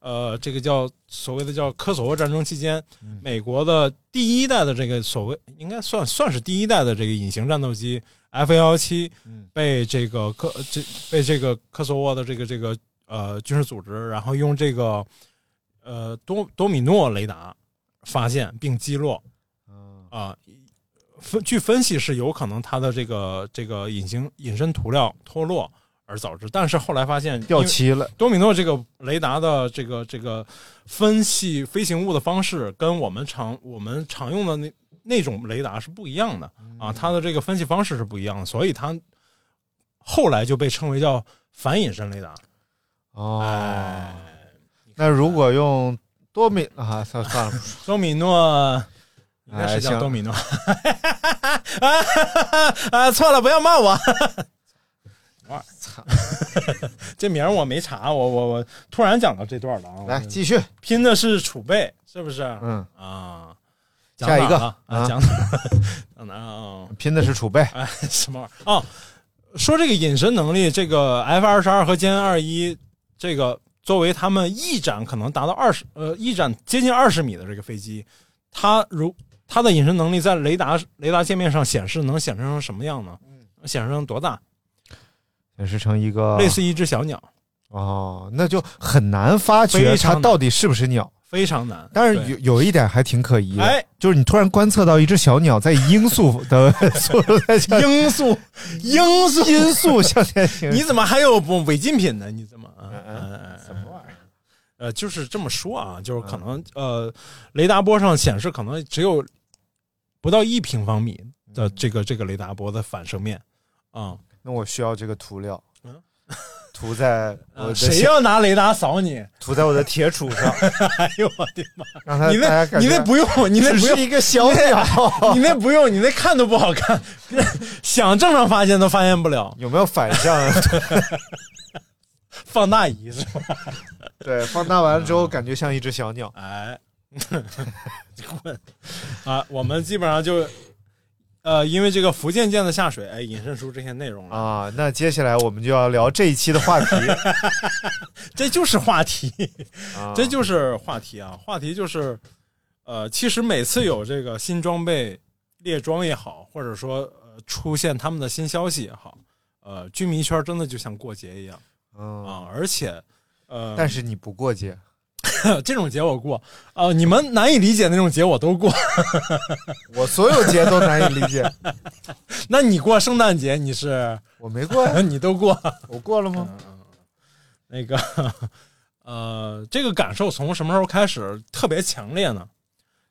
呃这个叫所谓的叫科索沃战争期间，美国的第一代的这个所谓应该算算是第一代的这个隐形战斗机 F 幺七嗯被这个科呃这被这个科索沃的这个这个呃军事组织，然后用这个呃多多米诺雷达发现并击落嗯啊。分据分析是有可能它的这个这个隐形隐身涂料脱落而导致，但是后来发现掉因为漆了，多米诺这个雷达的这个这个分析飞行物的方式，跟我们常我们常用的那那种雷达是不一样的嗯啊，它的这个分析方式是不一样的，所以它后来就被称为叫反隐身雷达。哦，哎，那如果用多米啊，算算 了，多米诺应该是哎叫行多米诺啊啊， 错了，不要骂我。 操！这名儿我没查，我我我突然讲到这段了啊！来继续，拼的是储备，是不是？嗯，啊，讲哪下一儿个了啊啊，讲哪儿 了讲哪儿了啊？拼的是储备。哎，什么玩意儿啊？说这个隐身能力，这个 F 二十二和歼二一，这个作为他们翼展可能达到二十呃翼展接近二十米的这个飞机，它如它的隐身能力在雷达雷达界面上显示能显示成什么样呢？显示成多大？显示成一个类似一只小鸟，哦，那就很难发觉非它常到底是不是鸟。非常难。但是对有有一点还挺可疑的，哎就是你突然观测到一只小鸟在音速 的速度在向罂 粟，罂粟，音速向前 行。你怎么还有不违禁品呢？你怎么？啊嗯什么玩意儿？嗯呃，就是这么说啊，就是可能、呃，雷达波上显示可能只有不到一平方米的这个、这个雷达波的反射面啊、那我需要这个涂料嗯，涂在我呃的谁小要拿雷达扫你？ 涂在我的铁杵上，哎呦我的妈！让它你大家那感你觉那 不用，你那只不是用，一个小 鸟， 你那不用，你那看都不好看， 想正常发现都发现不了，有没有反向？ 放大仪是吧？对，放大完了之后感觉像一只小鸟。哎， 滚啊！我们基本上就呃，因为这个福建舰的下水，哎，引申出这些内容了。啊，那接下来我们就要聊这一期的 话题，这就是话题，啊这就是话题啊！话题就是，呃，其实每次有这个新装备列装也好，或者说呃出现他们的新消息也好，呃，军迷圈真的就像过节一样嗯，啊！而且，呃，但是你不过节， 这种节我过，呃，你们难以理解那种节我都过。 我所有节都难以理解，那你过圣诞节你是呃我没过呀，你都过，我过了吗？ 那个，呃，这个感受从什么时候开始特别强烈呢？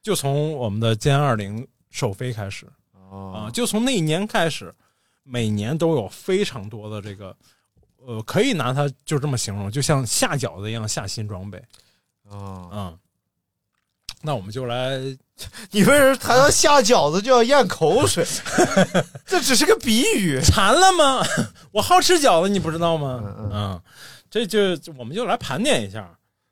就从我们的歼二零首飞开始。啊，啊，就从那一年开始，每年都有非常多的这个，呃，可以拿它就这么形容，就像下饺子一样下新装备啊，啊、嗯那我们就来，你为什么谈到下饺子就要咽 口水？这只是个比喻。馋了吗？ 我好吃饺子，你不知道吗？啊嗯嗯这就我们就来盘点一下，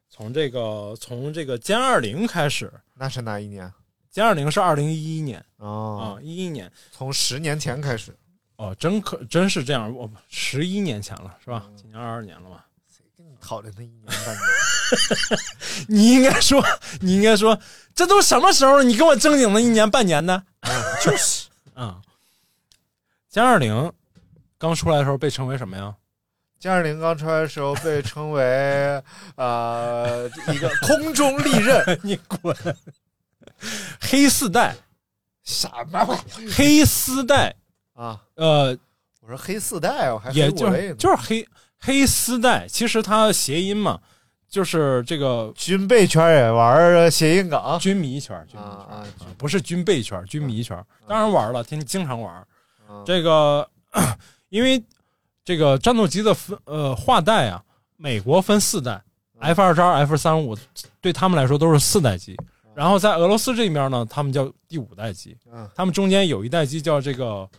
从这个从这个歼二零开始，那是哪一年？歼二零是二零一一年哦啊，，一一、年从十年前开始，哦，真可真是这样，我十一年前了是吧？今年二二年了嘛，讨论那一年半年。你应该说，你应该说，这都什么时候了？你跟我正经的一年半年的，哎就是啊。歼二零刚出来的时候被称为什么呀？歼二零刚出来的时候被称为呃一个空中利 刃， 你滚！黑丝带，什么玩意黑丝带，儿啊？呃，我说黑四代，我还黑也五就类是呢就是黑黑丝带，其实它谐音嘛，就是这个军备圈也玩谐音梗啊军迷圈儿，军迷圈儿，啊！啊不是军备圈儿，军迷圈儿，当然玩了，天经常玩儿。嗯这个 因为这个战斗机的分呃化代啊，美国分四代，F 嗯二十二、F 三五，对他们来说都是四代机。然后在俄罗斯这边呢，他们叫第五代机嗯，他们中间有一代机叫这个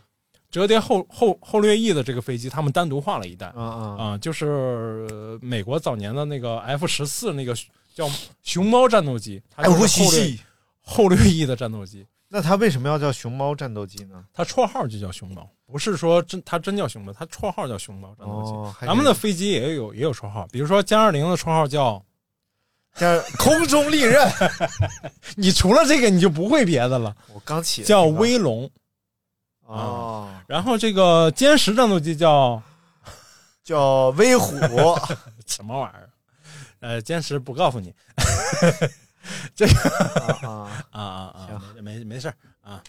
折叠后后后掠翼的这个飞机，他们单独画了一代啊啊啊，就是呃美国早年的那个 F 十四那个叫熊猫战斗机，它就是后掠系。后掠翼的战斗机，那他为什么要叫熊猫战斗机呢？它绰号就叫熊猫，不是说真它真叫熊猫，它绰号叫熊猫战斗机。哦，还咱们的是飞机也有也有绰号，比如说歼二零的绰号叫叫空中利刃， 你除了这个你就不会别的了， 我刚起叫威龙。哦，然后这个歼十战斗机叫叫威虎，什么玩意儿？呃，歼十不告诉你啊啊啊啊啊，没没事儿啊。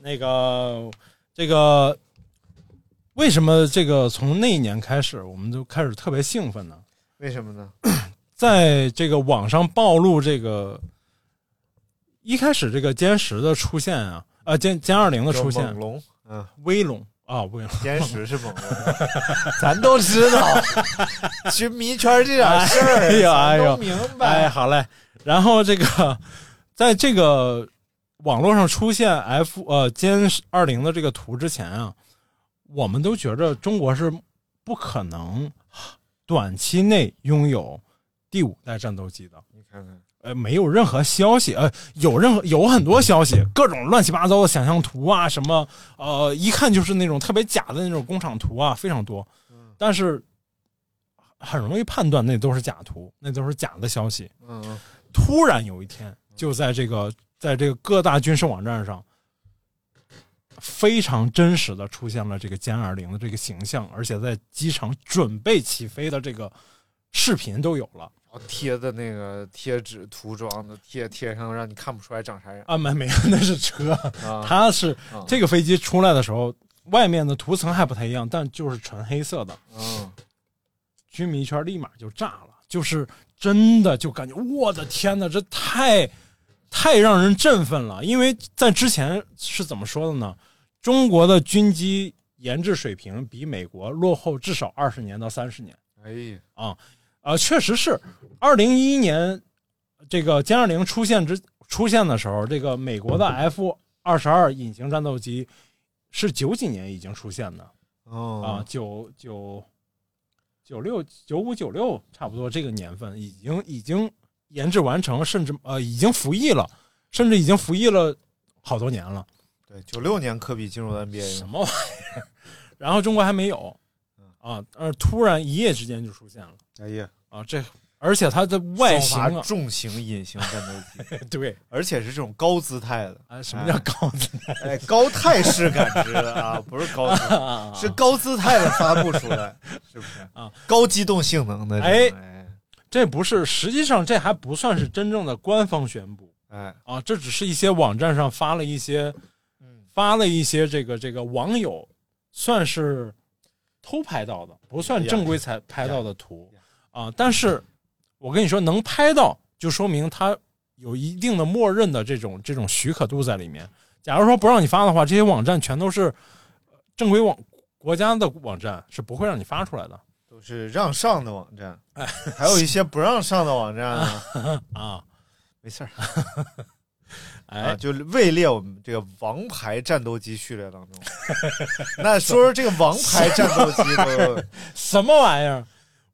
那个这个为什么这个从那一年开始我们就开始特别兴奋呢？为什么呢？在这个网上暴露这个一开始这个歼十的出现啊，啊歼歼二零的出叫现猛，龙，嗯，威龙啊威龙，歼十是猛龙，咱都知 道，军迷圈这点事儿，哎呦哎咱呦都明 哎白。好嘞，然后这个在这个网络上出现 F 呃歼二零的这个图之前啊，我们都觉着中国是不可能短期内拥有第五代战斗机的。你看看，呃，没有任何消息，呃，有任何有很多消息，各种乱七八糟的想象图啊，什么，呃，一看就是那种特别假的那种工厂图啊，非常多。但是很容易判断那都是假图，那都是假的消息。嗯，突然有一天，就在这个在这个各大军事网站上，非常真实的出现了这个歼二零的这个形象，而且在机场准备起飞的这个视频都有了然后贴的那个贴纸涂装的贴贴上，让你看不出来长啥样啊，没没，那是车，啊。它是啊这个飞机出来的时候，外面的涂层还不太一样，但就是纯黑色的，嗯，军迷圈立马就炸了，就是真的就感觉我的天呐，这太太让人振奋了。因为在之前是怎么说的呢？中国的军机研制水平比美国落后至少二十年到三十年哎呀，啊，啊，确实是。二零一一年这个歼二零出现之出现的时候，这个美国的 F 二十二隐形战斗机是九几年已经出现的，啊哦，，九九九六九五九六差不多这个年份已经已经研制完成，甚至呃已经服役了，甚至已经服役了好多年了。对，九六年科比进入 NBA 什嘛，么玩意儿？ 然后中国还没有嗯啊，而突然一夜之间就出现了哎呀，啊，这而且它的外形双啊发，重型隐形战 斗机，对而且是这种高姿态的，啊，什么叫高姿态哎，高态式感知的啊，不是高姿态，啊？是高姿态的发布出 来，是不是啊？高机动性能的，哎哎 这不是，实际上这还不算是真正的官方宣布。哎，啊，这只是一些网站上发了一些，发了一些这个这个网友算是偷拍到的，不算正规才拍到的图啊。但是我跟你说，能拍到就说明它有一定的默认的这种这种许可度在里面。假如说不让你发的话，这些网站全都是呃正规网国家的网站是不会让你发出来的都是让上的网站，还有一些不让上的网站呢，哎啊。没事儿啊，哎，就位列我们这个王牌战斗机序列当 中。那说说这个王牌战斗机 都，什么玩意儿？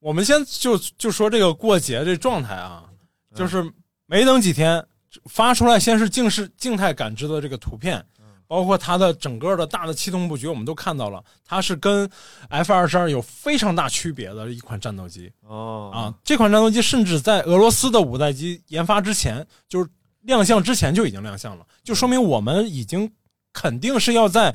我们先就就说这个过节这状态啊，就是没等几天发出来，先是静视静态感知的这个图片，包括它的整个的大的气动布局，我们都看到了，它是跟 F 二十二有非常大区别的一款战斗机哦啊。这款战斗机甚至在俄罗斯的五代机研发之前，就是亮相之前就已经亮相了，就说明我们已经肯定是要在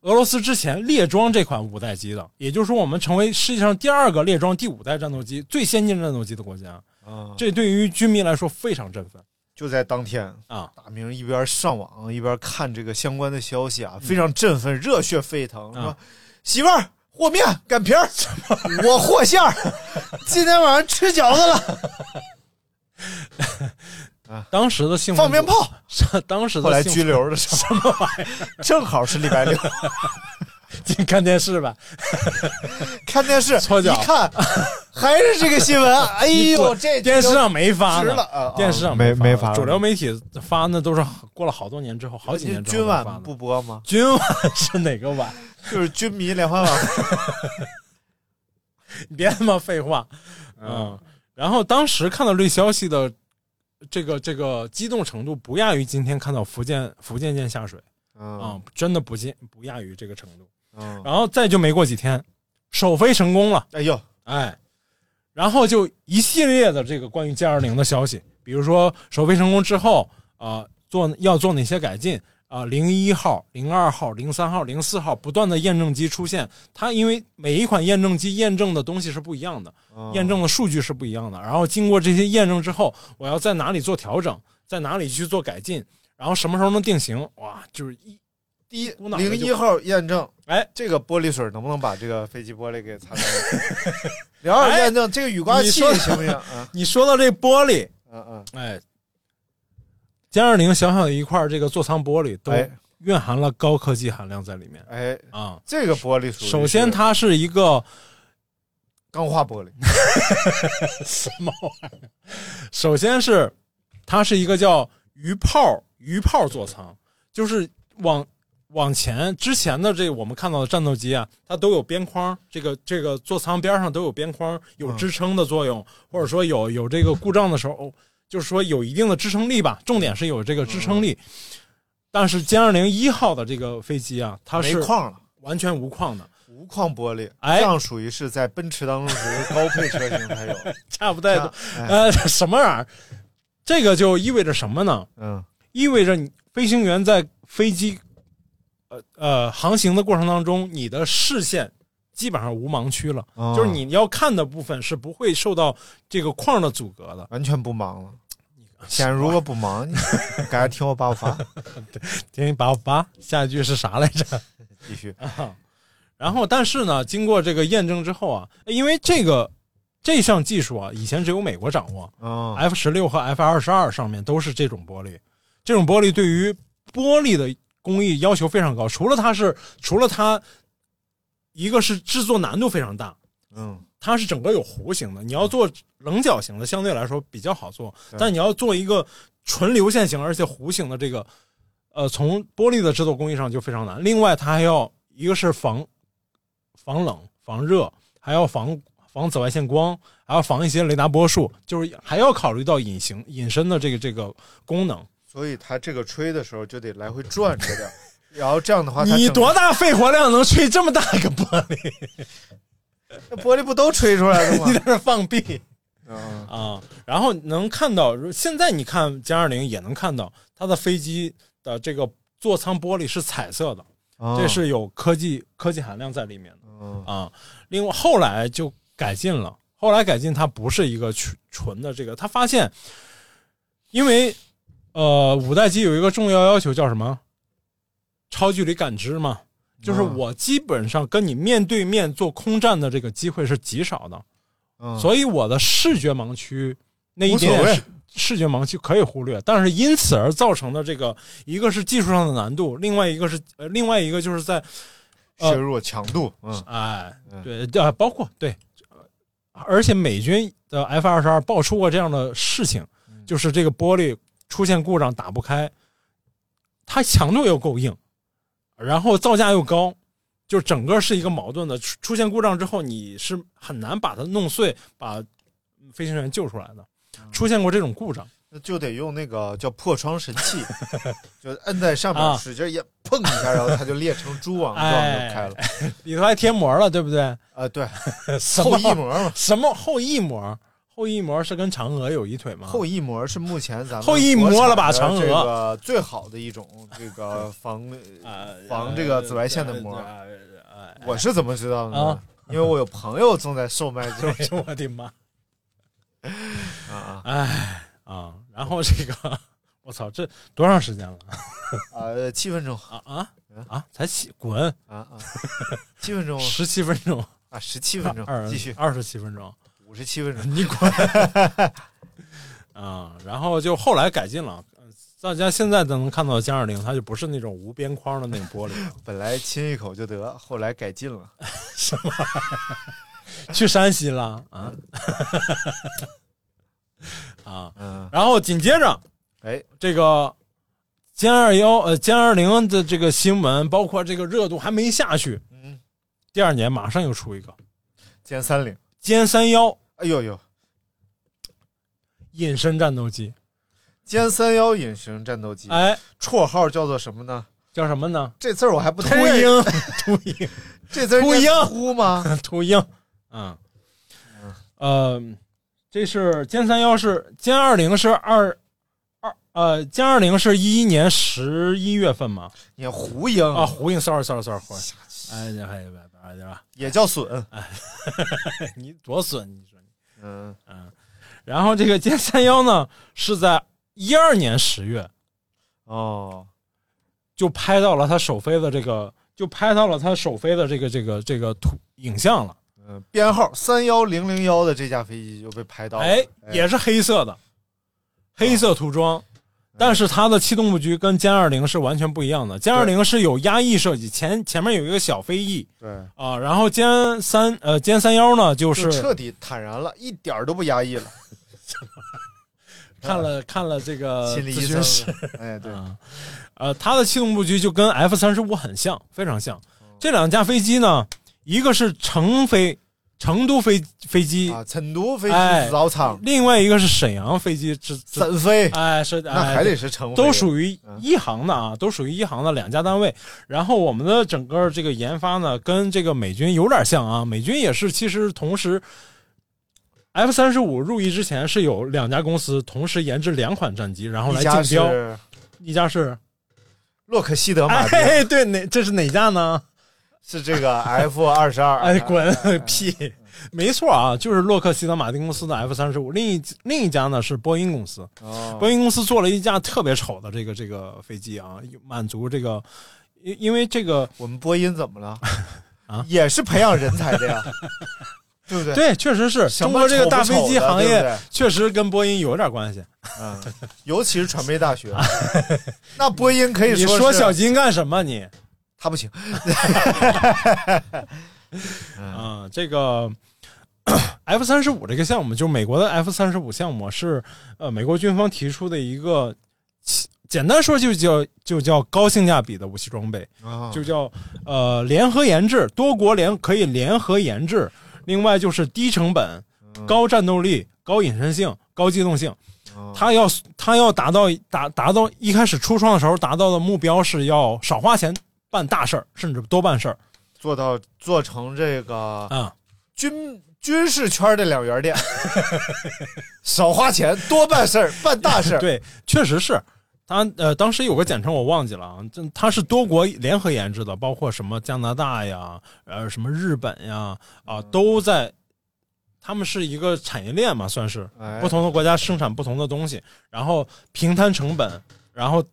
俄罗斯之前列装这款五代机的，也就是说，我们成为世界上第二个列装第五代战斗机最先进战斗机的国家。啊，这对于军迷来说非常振奋就在当天。啊！大明一边上网一边看这个相关的消息啊，非常振奋，热血沸腾，嗯说：“媳妇儿和 面擀皮儿，我和馅儿， 今天晚上吃饺子了， 当时的兴奋放度 鞭，炮。当”时后的来兴拘奋留了什么玩意儿？正好是礼拜六， 你 看电视吧，看电视搓脚一看还是这个 新闻，哎你呦，滚这电视上没发值呢了啊啊电视上没没没发主流媒体发那都是过了好多年之后，好几年之后才军发晚的不播吗？军晚是哪个晚？就是军迷联 欢网，你 别他妈废话，嗯。然后当时看到这消息的这个这个激动程度，不亚于今天看到福建福建舰下水啊、嗯真的不见不亚于这个程度。嗯，然后再就没过几天，首飞成功了，哎呦，哎，然后就一系列的这个关于歼二零的消息，比如说首飞成功之后啊、做要做哪些改进啊，零一号、零二号、零三号、零四号不断的验证机出现，它因为每一款验证机验证的东西是不一样的，嗯验证的数据是不一样的。然后经过这些验证之后，我要在哪里做调整，在哪里去做改进，然后什么时候能定型？哇，就是一第一股脑的零就一号验证，哎，这个玻璃水能不能把这个飞机玻璃给擦干净？ 零二验证这个雨刮哎器你说行不行？ 啊你说到这玻璃，嗯嗯，哎，歼二零小小的一块这个座舱玻璃都哎蕴含了高科技含量在里面哎，啊。这个玻璃属于是首先，它是一个钢化玻璃，什么玩意儿？首先是它是一个叫鱼泡鱼泡座舱，就是往往前之前的这个我们看到的战斗机啊，它都有边框，这个这个座舱边上都有边框，有支撑的作用，或者说有有这个故障的时候，哦就是说有一定的支撑力吧。重点是有这个支撑力。但是歼二零一号的这个飞机啊，它没是框了，完全无框的，无框玻璃，哎这样属于是在奔驰当中属于高配车型 才有。差不太这多样。哎呃，什么玩意儿？这个就意味着什么呢？嗯，意味着你飞行员在飞机呃呃航行的过程当中，你的视线基本上无盲区了，哦就是你要看的部分是不会受到这个框的阻隔的。完全不忙了。显然如果不 忙，你赶紧听我八五八，听你把我扒，下一句是啥来着？继续。 然后，但是呢，经过这个验证之后啊，因为这个这项技术啊，以前只有美国掌握嗯， ，F 十六和 F 二十二上面都是这种玻璃。这种玻璃对于玻璃的工艺要求非常高，除了它是，除了它，一个是制作难度非常大，嗯，它是整个有弧形的，你要做棱角形的，相对来说比较好做，但你要做一个纯流线型而且弧形的这个，呃，从玻璃的制作工艺上就非常难。另外，它还要一个是防防冷、防热，还要防防紫外线光，还要防一些雷达波束，就是还要考虑到隐形、隐身的这个这个功能。所以它这个吹的时候就得来回转着 点儿，然后这样的啊话，它你整多大肺活量能吹这么大一个玻璃？那玻璃不都吹出来了吗 你？在这儿放屁！嗯，啊，然后能看到，如现在你看歼二零也能看到它的飞机的这个座舱玻璃是彩色的，哦这是有科技科技含量在里面嗯的啊。另外后来就改进了，后来改进它不是一个纯纯的这个，他发现，因为呃五代机有一个重要要求叫什么？超距离感知嘛，就是嗯我基本上跟你面对面做空战的这个机会是极少的。嗯所以我的视觉盲区那一无所点点谓视视觉盲区可以忽略，但是因此而造成的这个，一个是技术上的难度，另外一个是呃，另外一个就是在呃削弱强度，嗯，哎嗯，对，呃，包括对，呃而且美军的 F 二十二爆出过这样的事情，嗯就是这个玻璃出现故障打不开，它强度又够硬，然后造价又高，就整个是一个矛盾的。出出现故障之后，你是很难把它弄碎，把飞行员救出来的。嗯出现过这种故障，那就得用那个叫破窗神 器，就摁在上啊面，使劲一碰一下，然后它就裂成蛛 网状哎就开了。里头还贴膜了，对不对？啊，对，什么 后翼膜嘛，什么后翼膜？后翼膜是跟嫦娥有一腿吗？后翼膜是目前咱们后翼膜了吧国产的嫦娥这个最好的一种这 个防啊防这个紫外线的膜呃呃我是怎么知道的呢啊？因为我有朋友正在售卖 这哎呦我的妈！个啊，哎啊，然后这个，我操，这多长时间了呃，七分钟啊啊啊！才起滚啊 啊，七分钟十七分钟，啊，十七分钟二，继续二十七分钟五十七分钟，你滚啊！然后就后来改进了，呃大家现在都能看到的歼二零，它就不是那种无边框的那种玻璃了。本来亲一口就得，后来改进了。去山西了啊啊！嗯，然后紧接着哎，这个歼二幺呃歼二零的这个新闻，包括这个热度还没下去，嗯，第二年马上又出一个歼三零，歼三幺哎呦呦，隐身战斗机，歼三幺隐形战斗机，哎，绰号叫做什么呢？叫什么呢？这字儿我还不秃太认识，鹰，秃鹰，这字儿秃鹰念 秃吗？秃鹰，嗯，呃，这是歼三幺是歼二零是二二呃歼二零是一一年十一月份嘛？念胡鹰啊，胡鹰，sorry sorry sorry，胡鹰，哎，这还别别别吧，也叫笋，哎你多损，你说你。嗯，然后这个歼三幺呢，是在一二年十月哦，就拍到了它首飞的这个，就拍到了它首飞的这个这个这个图影像了。嗯，编号三幺零零幺的这架飞机就被拍到了，哎，也是黑色的，黑色涂嗯装，但是它的气动布局跟歼二零是完全不一样的。歼二零是有压翼设计，前前面有一个小飞翼哎对，啊，然后歼三呃歼三幺呢就就是彻底坦然了，一点儿都不压抑了。看了看了这个心理呃咨医询生师，哎，对，啊，呃，它的气动布局就跟 F 三十五很像，非常像。哦这两架飞机呢，一个是成飞成都飞飞机，啊，成都飞哎机制造厂，另外一个是沈阳飞机制制，沈飞，哎是那哎还得是成飞，都属于嗯一航的啊，都属于一航的两家单位。然后我们的整个这个研发呢，跟这个美军有点像啊，美军也是其实同时。F 三十五入役之前是有两家公司同时研制两款战机，然后来一家竞标。是一家是洛克希德马丁，哎，对，哪这是哪家呢？是 这个 F 二十二，哎，滚嗯屁！没错啊，就是洛克希德马丁公司的 F 三十五，另一另一家呢是波音公司。哦，波音公司做了一架特别丑的这个这个飞机啊，满足这个，因因为这个我们播音怎么了？ 啊也是培养人才 的呀，对不对？对，确实是什中么国这个大飞机丑不丑的行对不业对确实跟波音有点关系。嗯，尤其是传媒 大学，那播音可以你说说是小金干什么你？他不行，嗯啊、这个 F 三十五这个项目，就是美国的 F 三十五项目是呃美国军方提出的一个，其简单说就叫就叫高性价比的武器装备，啊就叫呃联合研制，多国联可以联合研制。另外就是低成本、高战斗力、高隐身性、高机动性，它要它要达到达达到一开始初创的时候达到的目标是要少花钱办大事儿，甚至多办事儿做到做成这个啊。军军事圈的两元店， 少花钱多办事儿，办大事 儿。对，确实是。它呃，当时有个简称我忘记了啊，这它是多国联合研制的，包括什么加拿大呀，呃，什么日本呀，啊，都在。他们是一个产业链嘛，算是哎不同的国家生产不同的东西，然后平摊成本，然后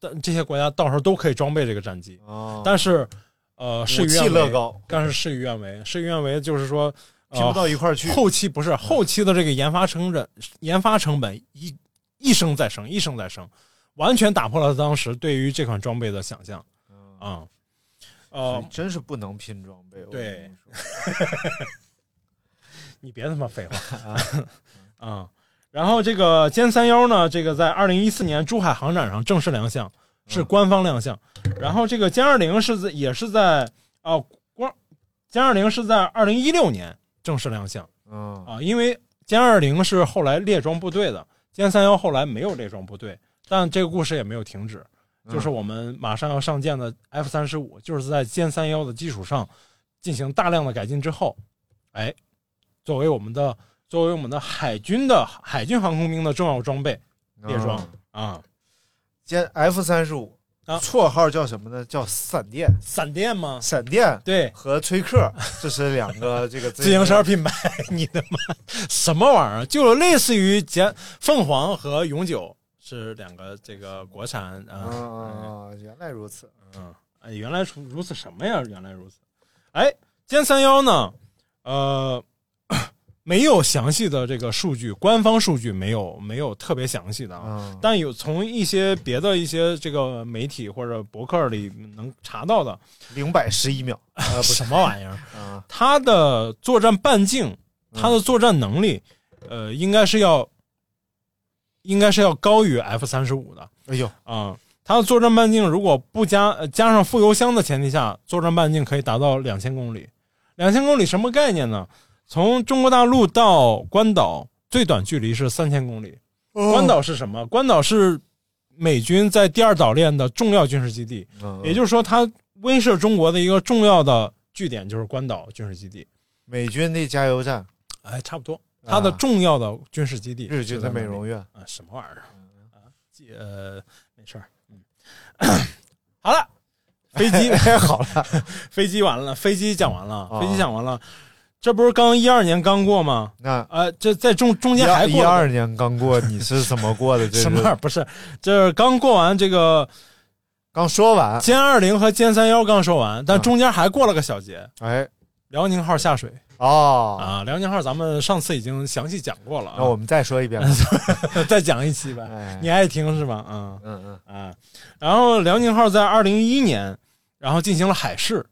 但这些国家到时候都可以装备这个战机。哦，但是，呃，事武与器愿乐违，高，啊但是事与愿违，事与愿违就是说，呃拼不到一块儿去。后期不是后期的这个研发成本，研发成本一一升再升，一升再升，完全打破了当时对于这款装备的想象啊、呃，真是不能拼装备。我跟对你 说，你别他妈废话啊、然后这个歼三幺呢，这个在二零一四年珠海航展上正式亮相，是官方亮相。然后这个歼二零是在也是在啊、光歼二零是在二零一六年正式亮相。嗯，啊，因为歼二零是后来列装部队的，歼三幺后来没有列装部队，但这个故事也没有停止，就是嗯我们马上要上舰的 F 三十五，就是在歼三幺的基础上进行大量的改进之后，哎，作为我们的作为我们的海军的海军航空兵的重要装备列装嗯啊，歼 F 三十五，啊绰号叫什么呢？叫闪电，闪电吗？闪电。对。和崔克，这是两 个这个自行车品牌，你的妈，什么玩意儿？啊就类似于歼凤凰和永久是两个这个国产啊、啊，原来如此。嗯，哎，原来如如此什么呀？原来如此。哎，歼三幺呢？呃，没有详细的这个数据，官方数据没有没有特别详细的啊。嗯，但有从一些别的一些这个媒体或者博客里能查到的，零百十一秒呃，什么玩意儿？啊，它的作战半径，它的作战能力，呃，应该是要，应该是要高于 F 三十五的。哎呦，啊、它的作战半径如果不加呃加上副油箱的前提下，作战半径可以达到两千公里。两千公里什么概念呢？从中国大陆到关岛最短距离是三千公里。关岛是什么？关岛是美军在第二岛链的重要军事基地，嗯也就是说，它威慑中国的一个重要的据点就是关岛军事基地。美军的加油站，哎，差不多，它的啊重要的军事基地日军就在的美那里容院，啊，什么玩意儿嗯啊？记呃，没事儿，嗯，好了，飞机 好了，飞机完了，飞机讲完了，啊飞机讲完了，这不是刚一二年刚过吗？那啊，这在中中间还一过二年刚过，你是怎么过的？这是什么玩意儿？不是，这刚过完这个刚说完，歼二零和歼三幺刚说完，但啊中间还过了个小节，哎，辽宁号下水哦，啊，辽宁号咱们上次已经详细讲过了啊，那我们再说 一遍吧。再讲一期吧，哎你爱听是吧？嗯。嗯嗯，啊，然后辽宁号在二零一一年，然后进行了海试，哦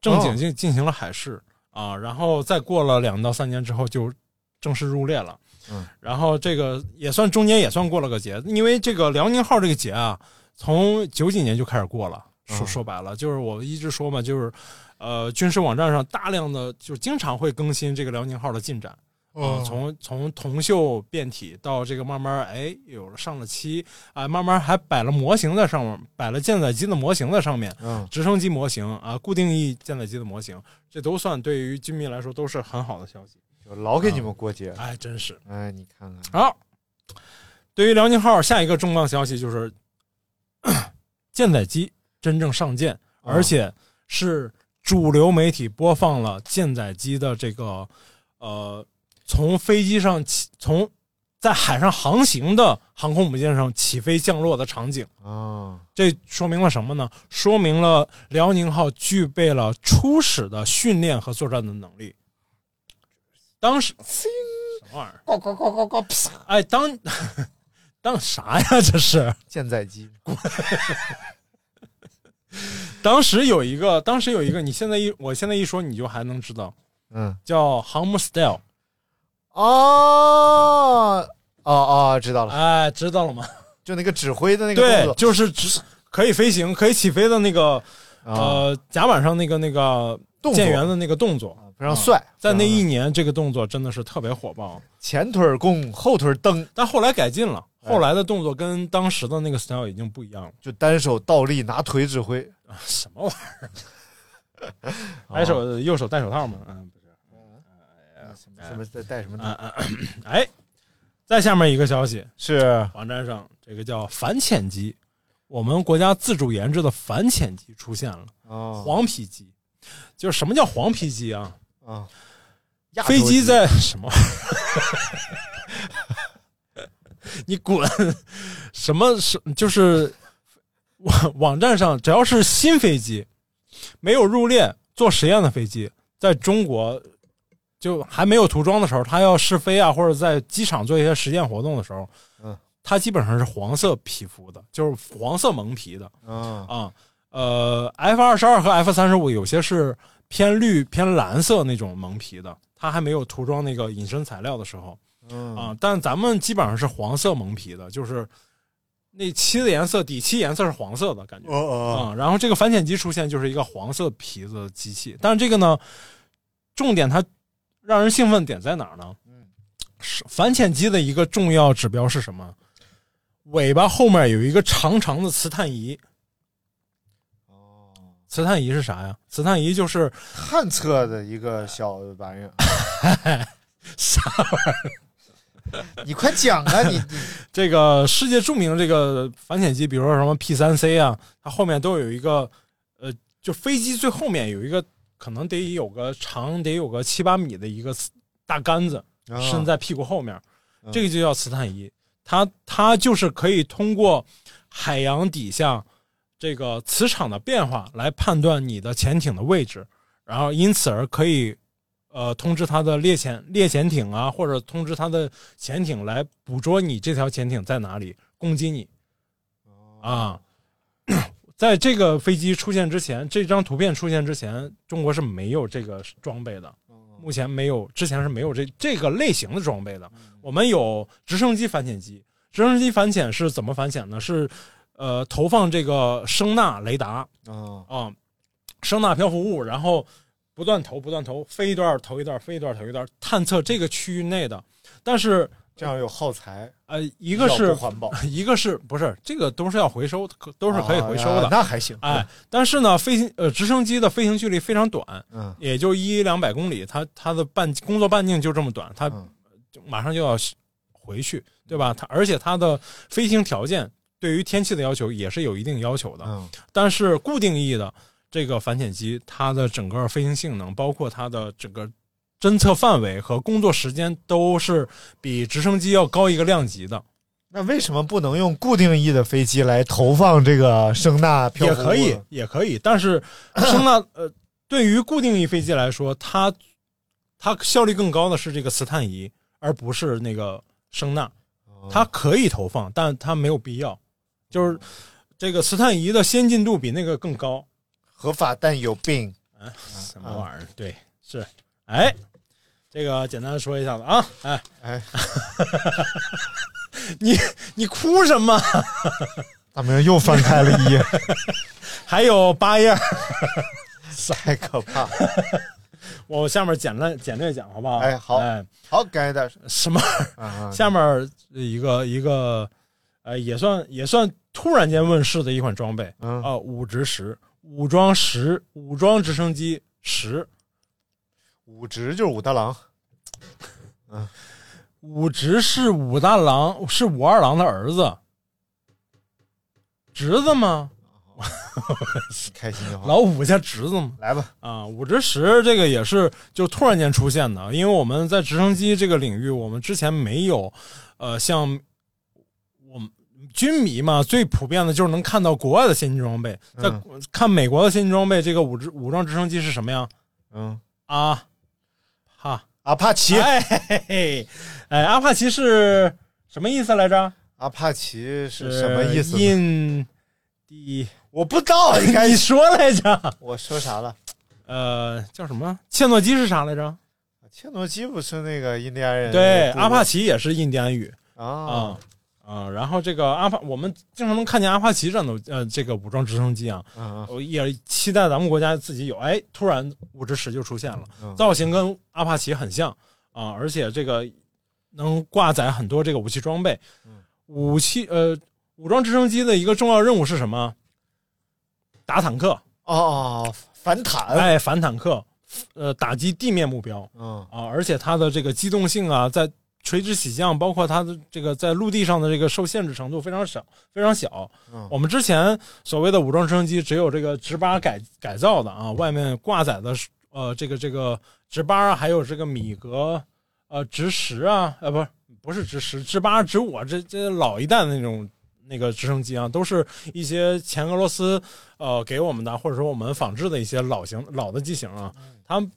正经进进行了海试啊，然后再过了两到三年之后就正式入列了。嗯，然后这个也算中间也算过了个节，因为这个辽宁号这个节啊，从九几年就开始过了。说嗯说白了，就是我一直说嘛，就是呃，军事网站上大量的就是经常会更新这个辽宁号的进展。哦啊，从从铜锈变体到这个慢慢哎有了上了漆啊，慢慢还摆了模型在上面，摆了舰载机的模型在上面，嗯直升机模型啊，固定翼舰载机的模型，这都算对于军迷来说都是很好的消息。就老给你们过节。哎，真是哎，你看看，好。对于辽宁号下一个重磅消息就是， 舰载机真正上舰，而且是主流媒体播放了舰载机的这个呃从飞机上起从在海上航行的航空母舰上起飞降落的场景。啊，这说明了什么呢？说明了辽宁号具备了初始的训练和作战的能力。当时什么玩意儿？呱呱呱呱呱，啪哎，当 当啥呀？这是舰载机当时有一个，当时有一个，你现在一我现在一说，你就还能知道，嗯，叫航母 Style。哦，哦哦，知道了，哎，知道了吗？就那个指挥的那个动对，作，就是只可以飞行、可以起飞的那个、啊，呃甲板上那个那个动作啊舰员的那个动作，非常帅，啊在那一嗯年，这个动作真的是特别火爆。前腿弓，后腿蹬，但后来改进了，哎后来的动作跟当时的那个 Style 已经不一样了。 就单手倒立拿腿指挥，什么玩意哎 哦儿？白手右手戴手套嘛，嗯，不是。什么什么再带什么哎啊啊！哎，再下面一个消息是网站上这个叫反潜机，我们国家自主研制的反潜机出现了，黄黄皮机。就是什么叫黄皮机啊？啊，飞机在什么玩 意儿？你滚！什么是就是网网站上只要是新飞机，没有入列做实验的飞机，在中国就还没有涂装的时候，它要试飞啊，或者在机场做一些实验活动的时候，嗯，它基本上是黄色皮肤的，就是黄色蒙皮的。啊啊，呃，F 二十二和 F 三十五有些是偏绿、偏蓝色那种蒙皮的，它还没有涂装那个隐身材料的时候嗯啊。但咱们基本上是黄色蒙皮的，就是那漆的颜色，底漆颜色是黄色的感觉哦哦啊、然后这个反潜机出现就是一个黄色皮子的机器，但是这个呢，重点它让人兴奋的点在哪儿呢？嗯是反潜机的一个重要指标是什么？尾巴后面有一个长长的磁探仪，哦，磁探仪是啥呀？磁探仪就是探测的一个小玩意儿， 啥玩意儿？你快讲啊，你你 这个世界著名这个反潜机，比如说什么 P 三 C 啊，它后面都有一个呃，就飞机最后面有一个可能得有个长得有个七八米的一个大杆子啊伸在屁股后面，嗯这个就叫磁探仪。它它就是可以通过海洋底下这个磁场的变化来判断你的潜艇的位置，然后因此而可以呃通知它的猎潜猎潜艇啊，或者通知它的潜艇来捕捉你这条潜艇在哪里，攻击你啊。 在这个飞机出现之前，这张图片出现之前，中国是没有这个装备的。目前没有，之前是没有这这个类型的装备的。我们有直升机反潜机，直升机反潜是怎么反潜呢？是呃投放这个声呐雷达啊啊、声呐漂浮物，然后不断投不断投，飞一段投一段，飞一段投一段，探测这个区域内的。但是这样有耗材，呃，一个是不环保，一个是不是这个都是要回收的，可 都是可以回收的啊。那还行，哎，但是呢，飞行呃直升机的飞行距离非常短，嗯也就一两百公里，它它的半工作半径就这么短，它嗯就马上就要回去，对吧？它而且它的飞行条件对于天气的要求也是有一定要求的，嗯但是固定翼的这个反潜机，它的整个飞行性能，包括它的整个侦测范围和工作时间，都是比直升机要高一个量级的。那为什么不能用固定翼的飞机来投放这个声呐漂也浮物可以，也可以，但 是声呐呃，对于固定翼飞机来说，它它效率更高的是这个磁探仪，而不是那个声呐。哦它可以投放，但它没有必要。就是这个磁探仪的先进度比那个更高。合法但有病？嗯啊什么玩意儿？对，是。哎，这个简单说一下子啊，哎哎，你你哭什么？大明又翻开了一页， 还有八页，太可怕！我下面简单简略讲好不好？哎好哎，好，感谢大师什么？啊！下面一个一个，呃，也算也算突然间问世的一款装备嗯啊，武直十，武装十，武装直升机十，武直就是武大郎，武直是武大郎，是武二郎的儿子，侄子吗？开心就好。老武家侄子吗？来吧，啊，武直十这个也是就突然间出现的，因为我们在直升机这个领域，我们之前没有，呃，像我们军迷嘛，最普遍的就是能看到国外的先进装备，在、嗯看美国的先进装备，这个武直武装直升机是什么呀？嗯，啊，哈，阿帕奇，哎嘿嘿嘿，哎，阿帕奇是什么意思来着？阿帕奇是什么意思呢？啊印第，我不知道，你 看你说来着？我说啥了？呃，叫什么？切诺基是啥来着？切诺基不是那个印第安人部落？对，阿帕奇也是印第安语。哎啊啊，啊，然后这个阿帕，我们经常能看见阿帕奇战斗呃这个武装直升机啊，嗯我也期待咱们国家自己有，哎，突然五之十就出现了，嗯造型跟阿帕奇很像啊，而且这个能挂载很多这个武器装备，武器呃武装直升机的一个重要任务是什么？打坦克，哦，反坦，哎，反坦克，呃，打击地面目标，嗯啊，而且它的这个机动性啊，在垂直起降，包括它的这个在陆地上的这个受限制程度非常少，非常小。嗯我们之前所谓的武装直升机，只有这个直八改改造的啊，外面挂载的是呃这个这个直八啊，还有这个米格呃直十啊，呃不是不是直十，直八直五啊，这这老一代的那种。那个直升机啊，都是一些前俄罗斯呃给我们的，或者说我们仿制的一些老型老的机型啊，他们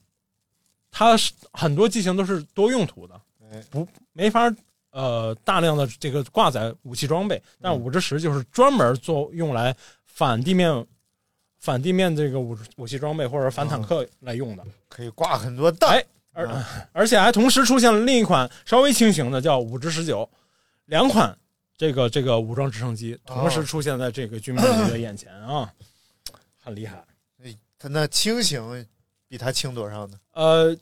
它是很多机型都是多用途的哎，不没法呃大量的这个挂载武器装备，但五之十就是专门做用来反地面反地面这个武武器装备或者反坦克来用的，可以挂很多蛋嗯哎。而而且还同时出现了另一款稍微轻型的叫五之十九，两款这个这个武装直升机同时出现在这个军迷的眼前啊，很厉害。它哎那轻型比它轻多少呢？呃，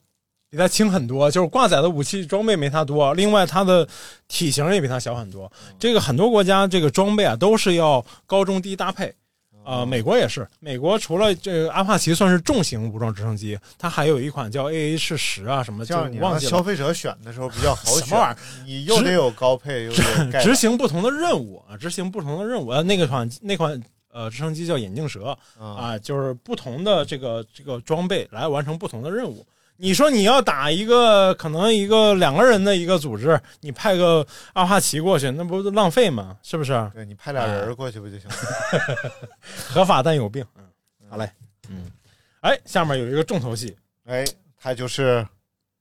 比它轻很多，就是挂载的武器装备没它多，另外它的体型也比它小很多。这个很多国家这个装备啊都是要高中低搭配。嗯啊、美国也是。美国除了这个阿帕奇算是重型武装直升机，它还有一款叫 AH 十啊什么，这就样你忘让记消了。费者选的时候比较好选。什么玩意你又得有高配，又得有盖执板行不同的任务啊，执行不同的任务。呃，那个款那款呃直升机叫眼镜蛇，啊，啊，就是不同的这个这个装备来完成不同的任务。你说你要打一个可能一个两个人的一个组织，你派个阿帕奇过去，那不浪费吗？是不是？对你派俩哎人儿过去不就行了？合法但有病。嗯，好嘞。嗯，哎，下面有一个重头戏，《哎，他就是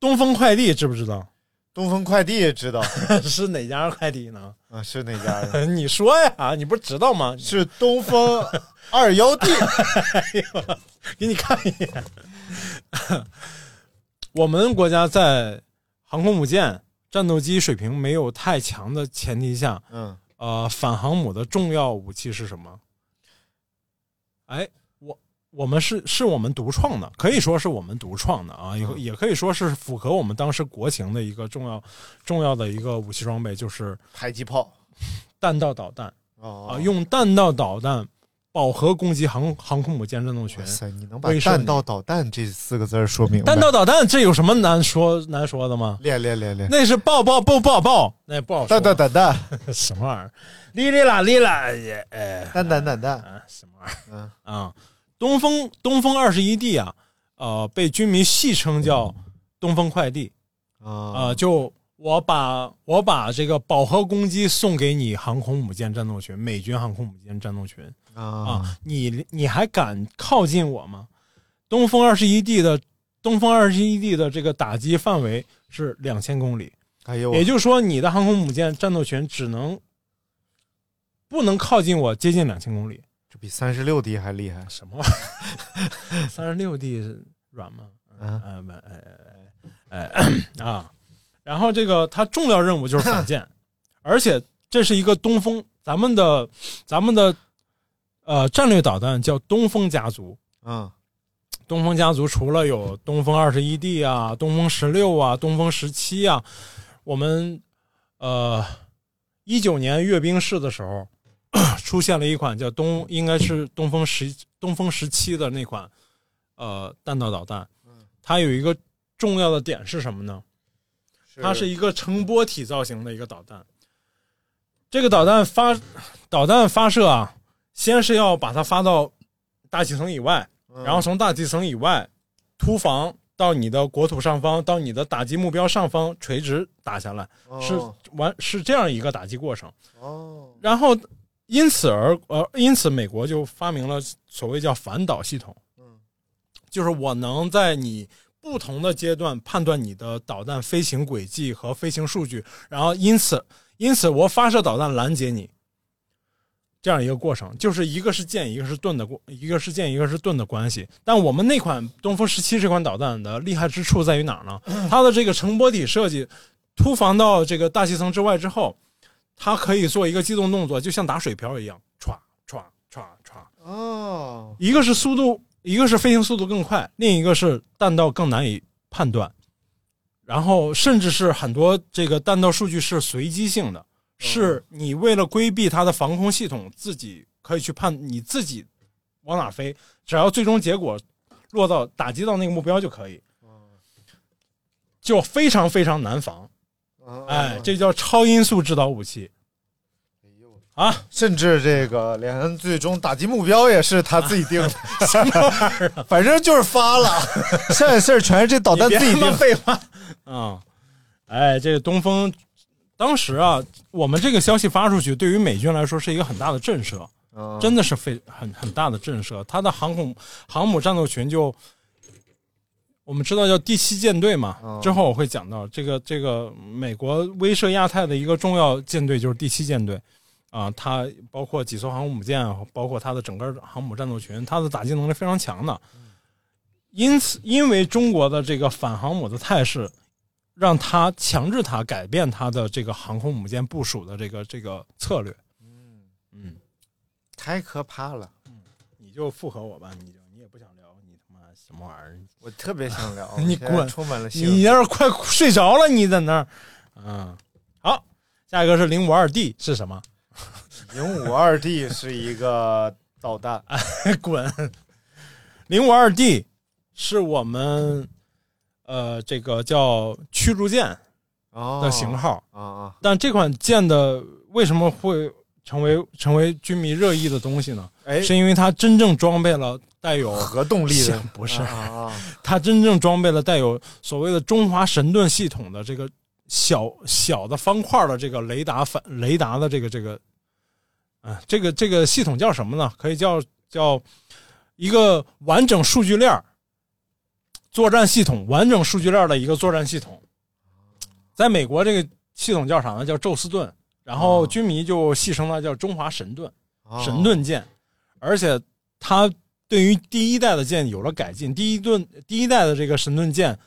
东风快递》，知不知道东风快递，知道 是哪家快递呢？啊？是哪家 的？你说呀，你不是知道吗？是东风二幺 D 给你看一眼。 我们国家在航空母舰、战斗机水平没有太强的前提下，嗯，呃，反航母的重要武器是什么？哎，我我们是是我们独创的，可以说是我们独创的啊，嗯也也可以说是符合我们当时国情的一个重要重要的一个武器装备，就是迫击炮弹道导弹啊、哦用弹道导弹饱和攻击航航空母舰战斗群哇。塞，你能把威“慑弹你道导弹”这四个字儿说明白？弹道导弹这有什么难说难说的吗？练练练练，那是爆爆爆爆爆，那不好说。蛋蛋蛋蛋什么玩意儿？哩哩啦哩啦也哎。蛋蛋蛋蛋，啊，什么玩意嗯儿？啊，东风东风二十一 D 啊，呃，被军迷戏称叫东风快递啊、啊呃就我把我把这个饱和攻击送给你航空母舰战斗群，美军航空母舰战斗群啊、啊！你你还敢靠近我吗？东风二十一 D 的东风二十一 D 的这个打击范围是两千公里，哎呦，也就是说，你的航空母舰战斗群只能不能靠近我接近两千公里。这比三十六 D 还厉害什么玩意儿？三十六 D 软吗？啊！呃，不，呃，哎 啊，然后这个他重要任务就是反舰，而且这是一个东风，咱们的咱们的呃战略导弹叫东风家族。嗯，东风家族除了有东风二十一 D 啊、东风十六啊、东风十七啊，我们呃一九年阅兵式的时候 出现了一款叫东，应该是东风十东风十七的那款呃弹道导弹，它有一个重要的点是什么呢？它是一个呈波体造型的一个导弹。这个导弹发导弹发射啊，先是要把它发到大气层以外，嗯然后从大气层以外突防到你的国土上方，到你的打击目标上方垂直打下来，是哦完是这样一个打击过程。哦，然后因此而呃，因此美国就发明了所谓叫反导系统，嗯就是我能在你不同的阶段判断你的导弹飞行轨迹和飞行数据，然后因此因此我发射导弹拦截你，这样一个过程，就是一个是箭，一个是盾的过，一个是箭，一个是盾的关系。但我们那款东风十七这款导弹的厉害之处在于哪儿呢？ 它的这个呈波体设计，突防到这个大气层之外之后，它可以做一个机动动作，就像打水漂一样，歘歘歘歘，哦，一个是速度，一个是飞行速度更快，另一个是弹道更难以判断。然后，甚至是很多这个弹道数据是随机性的，是你为了规避它的防空系统，自己可以去判你自己往哪飞，只要最终结果落到打击到那个目标就可以，就非常非常难防。哦哎，这叫超音速制导武器啊！甚至这个连最终打击目标也是他自己 定的，反正就是发了，剩下事儿全是这导弹自己你别他妈定。废话 啊、哎，这个东风，当时啊，我们这个消息发出去，对于美军来说是一个很大的震慑，嗯真的是非很很大的震慑。它的航空航母战斗群就，我们知道叫第七舰队嘛，之后我会讲到这个这个美国威慑亚太的一个重要舰队就是第七舰队。啊，它包括几艘航母母舰，包括它的整个航母战斗群，它的打击能力非常强的。因此，因为中国的这个反航母的态势，让他强制他改变他的这个航空母舰部署的这个这个策略。嗯，太可怕了，你就附和我吧，你就你也不想聊，你他妈什么玩意儿？我特别想聊， 你现在滚充满了兴你奋。要是快睡着了，你在那儿，嗯，好，下一个是零五二 D 是什么？ 零五二 D 是一个导弹，滚！零五二 D 是我们呃这个叫驱逐舰 哦的型号，啊啊，但这款舰的为什么会成为成为军迷热议的东西呢？哎，是因为它真正装备了带有核动力的像 不是啊啊啊它真正装备了带有所谓的中华神盾系统的这个小小的方块的这个雷达反雷达的这个这个，啊，这个这个系统叫什么呢？可以叫叫一个完整数据链儿作战系统，完整数据链儿的一个作战系统。在美国，这个系统叫啥呢？叫宙斯盾，然后军迷就戏称它叫中华神盾。啊神盾舰，而且它对于第一代的舰有了改进。第一盾第一代的这个神盾舰，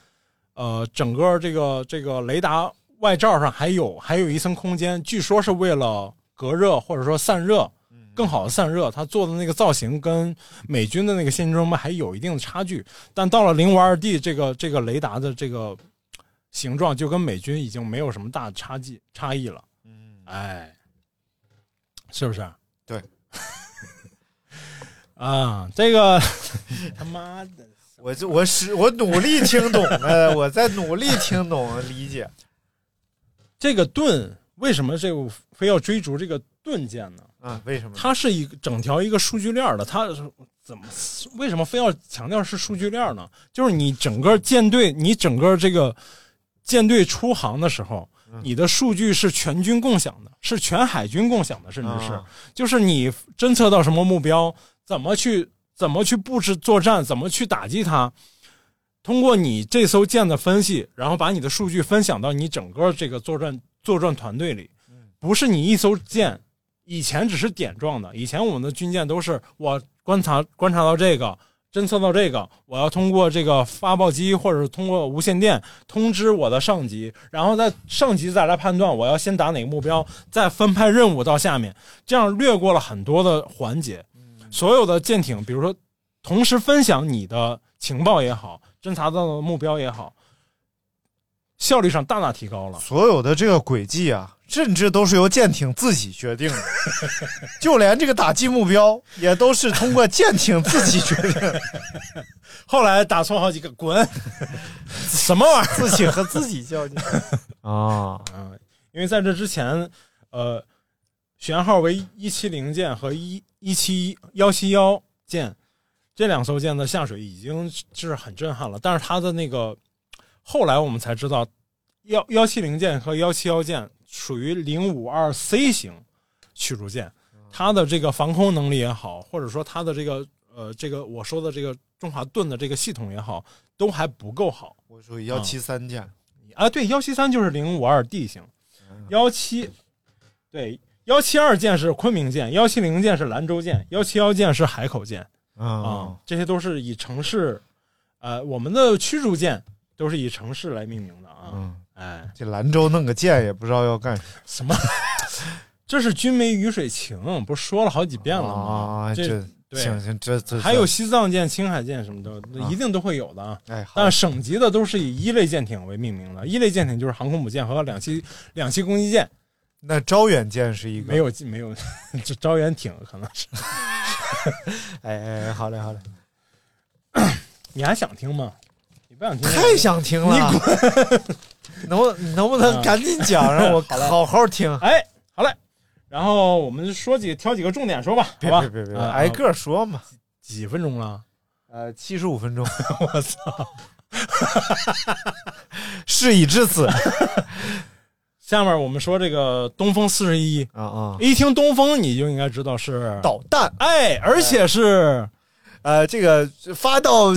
呃，整个这个这个雷达外罩上还有还有一层空间，据说是为了隔热或者说散热，更好的散热。它做的那个造型跟美军的那个先进装备还有一定的差距，但到了零五二 D 这个这个雷达的这个形状，就跟美军已经没有什么大差距差异了。嗯哎，是不是？对。啊，这个 他妈的，我这我是我努力听懂了，我在努力听懂理解。这个盾为什么这个非要追逐这个盾舰呢？啊，为什么呢？它是一个整条一个数据链儿的，它是怎么为什么非要强调是数据链儿呢？就是你整个舰队，你整个这个舰队出航的时候，你的数据是全军共享的，是全海军共享的，甚至是、啊就是你侦测到什么目标，怎么去怎么去布置作战，怎么去打击它。通过你这艘舰的分析，然后把你的数据分享到你整个这个作战作战团队里，不是你一艘舰，以前只是点状的，以前我们的军舰都是我观察观察到这个，侦测到这个，我要通过这个发报机或者是通过无线电通知我的上级，然后在上级再来判断我要先打哪个目标，再分派任务到下面，这样略过了很多的环节。所有的舰艇，比如说同时分享你的情报也好，侦查到的目标也好，效率上大大提高了。所有的这个轨迹啊，甚至都是由舰艇自己决定 的，就连这个打击目标也都是通过舰艇自己决定的，后来打错好几个，滚！ 什么玩意儿？自己和自己较劲啊。嗯，因为在这之前，呃，舷号为一七零舰和一一七幺七幺舰这两艘舰的下水已经是很震撼了，但是它的那个后来我们才知道，幺幺七零舰和幺七幺舰属于零五二 C 型驱逐舰，它的这个防空能力也好，或者说它的这个呃这个我说的这个中华盾的这个系统也好，都还不够好。我属于幺七三舰，啊，对，幺七三就是零五二 D 型，嗯幺七，对，幺七二舰是昆明舰，幺七零舰是兰州舰，幺七幺舰是海口舰啊、啊，这些都是以城市，呃，我们的驱逐舰都是以城市来命名的啊，嗯，哎，这兰州弄个舰也不知道要干啥什么？ 这是军媒鱼水情，不是说了好几遍了吗？啊，这这对行行，这这还有这西藏舰、青海舰什么的，一定都会有的啊。哎，好但省级的都是以一类舰艇为命名的，一类舰艇就是航空母舰和两栖两栖攻击舰，那招远舰是一个没有没有， 这招远艇可能是。哎哎，哎好嘞好嘞，你还想听吗？你不想听？太想听了，你滚！ 能不能不能嗯赶紧 讲，让我好好听？哎，好嘞。然后我们就说几挑几个重点说吧，好别吧？别别别，啊挨个说嘛。几分钟了？呃，七十五分钟，我操！事已至此啊 下面我们说这个东风四十一，啊！一听东风你就应该知道是，导弹，哎，而且是呃，这个发 到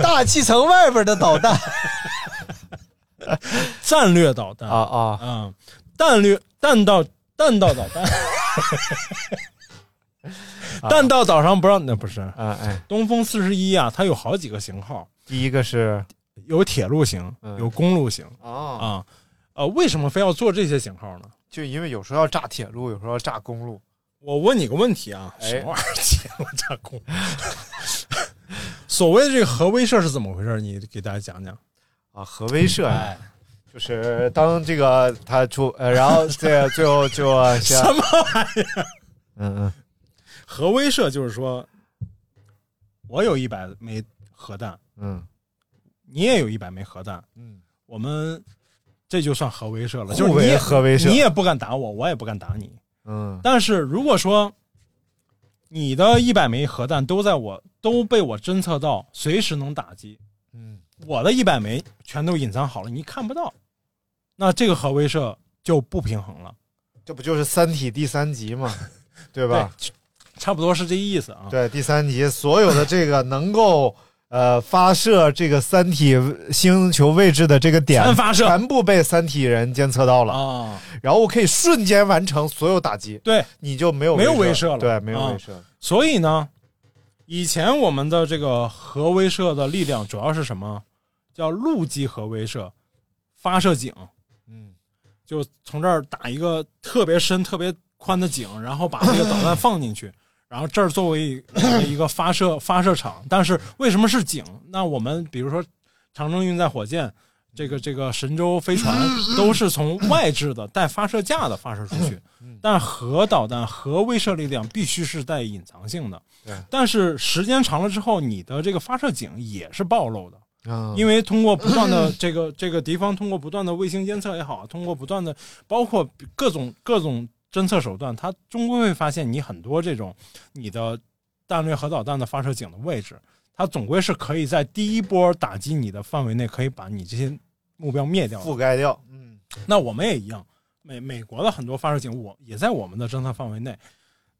大气层外边的导弹战略导弹啊啊！嗯，弹略弹道弹道导弹， 弹道岛上不让那不是啊哎，东风四十一啊，它有好几个型号，第一个是有铁路型，嗯有公路型啊，啊。呃，为什么非要做这些型号呢？就因为有时候要炸铁路，有时候要炸公路，我问你个问题啊，哎什么玩意儿铁路炸公路？ 所谓的这个核威慑是怎么回事？你给大家讲讲。啊，核威慑呀，就是当这个他出， 呃，然后这个最后就什么玩意儿？嗯嗯核威慑就是说，我有一百枚核弹，嗯你也有一百枚核弹，嗯，我们这就算核威慑了，就是互你为也核威你慑，也不敢打我，我也不敢打你。嗯但是如果说你的一百枚核弹都在我都被我侦测到，随时能打击，嗯我的一百枚全都隐藏好了，你看不到，那这个核威慑就不平衡了，这不就是《三体》第三集嘛， 对吧？对？差不多是这意思啊。对，第三集所有的这个能够呃发射这个三体星球位置的这个点，全发射全部被三体人监测到了，啊，然后我可以瞬间完成所有打击，对，你就没有没有威威慑了对，没有啊威慑了，所以呢，以前我们的这个核威慑的力量主要是什么？叫陆基核威慑，发射井，嗯就从这儿打一个特别深、特别宽的井，然后把这个导弹放进去，然后这儿作为一个发射发射场。但是为什么是井？那我们比如说长征运载火箭，这个这个神舟飞船都是从外置的带发射架的发射出去，但核导弹、核威慑力量必须是带隐藏性的对。但是时间长了之后，你的这个发射井也是暴露的。啊，因为通过不断的这个这个敌方通过不断的卫星监测也好，通过不断的包括各种各种侦测手段，它终归会发现你很多这种你的弹略核导弹的发射井的位置，它总归是可以在第一波打击你的范围内，可以把你这些目标灭掉的。覆盖掉，嗯那我们也一样，美美国的很多发射井我也在我们的侦测范围内，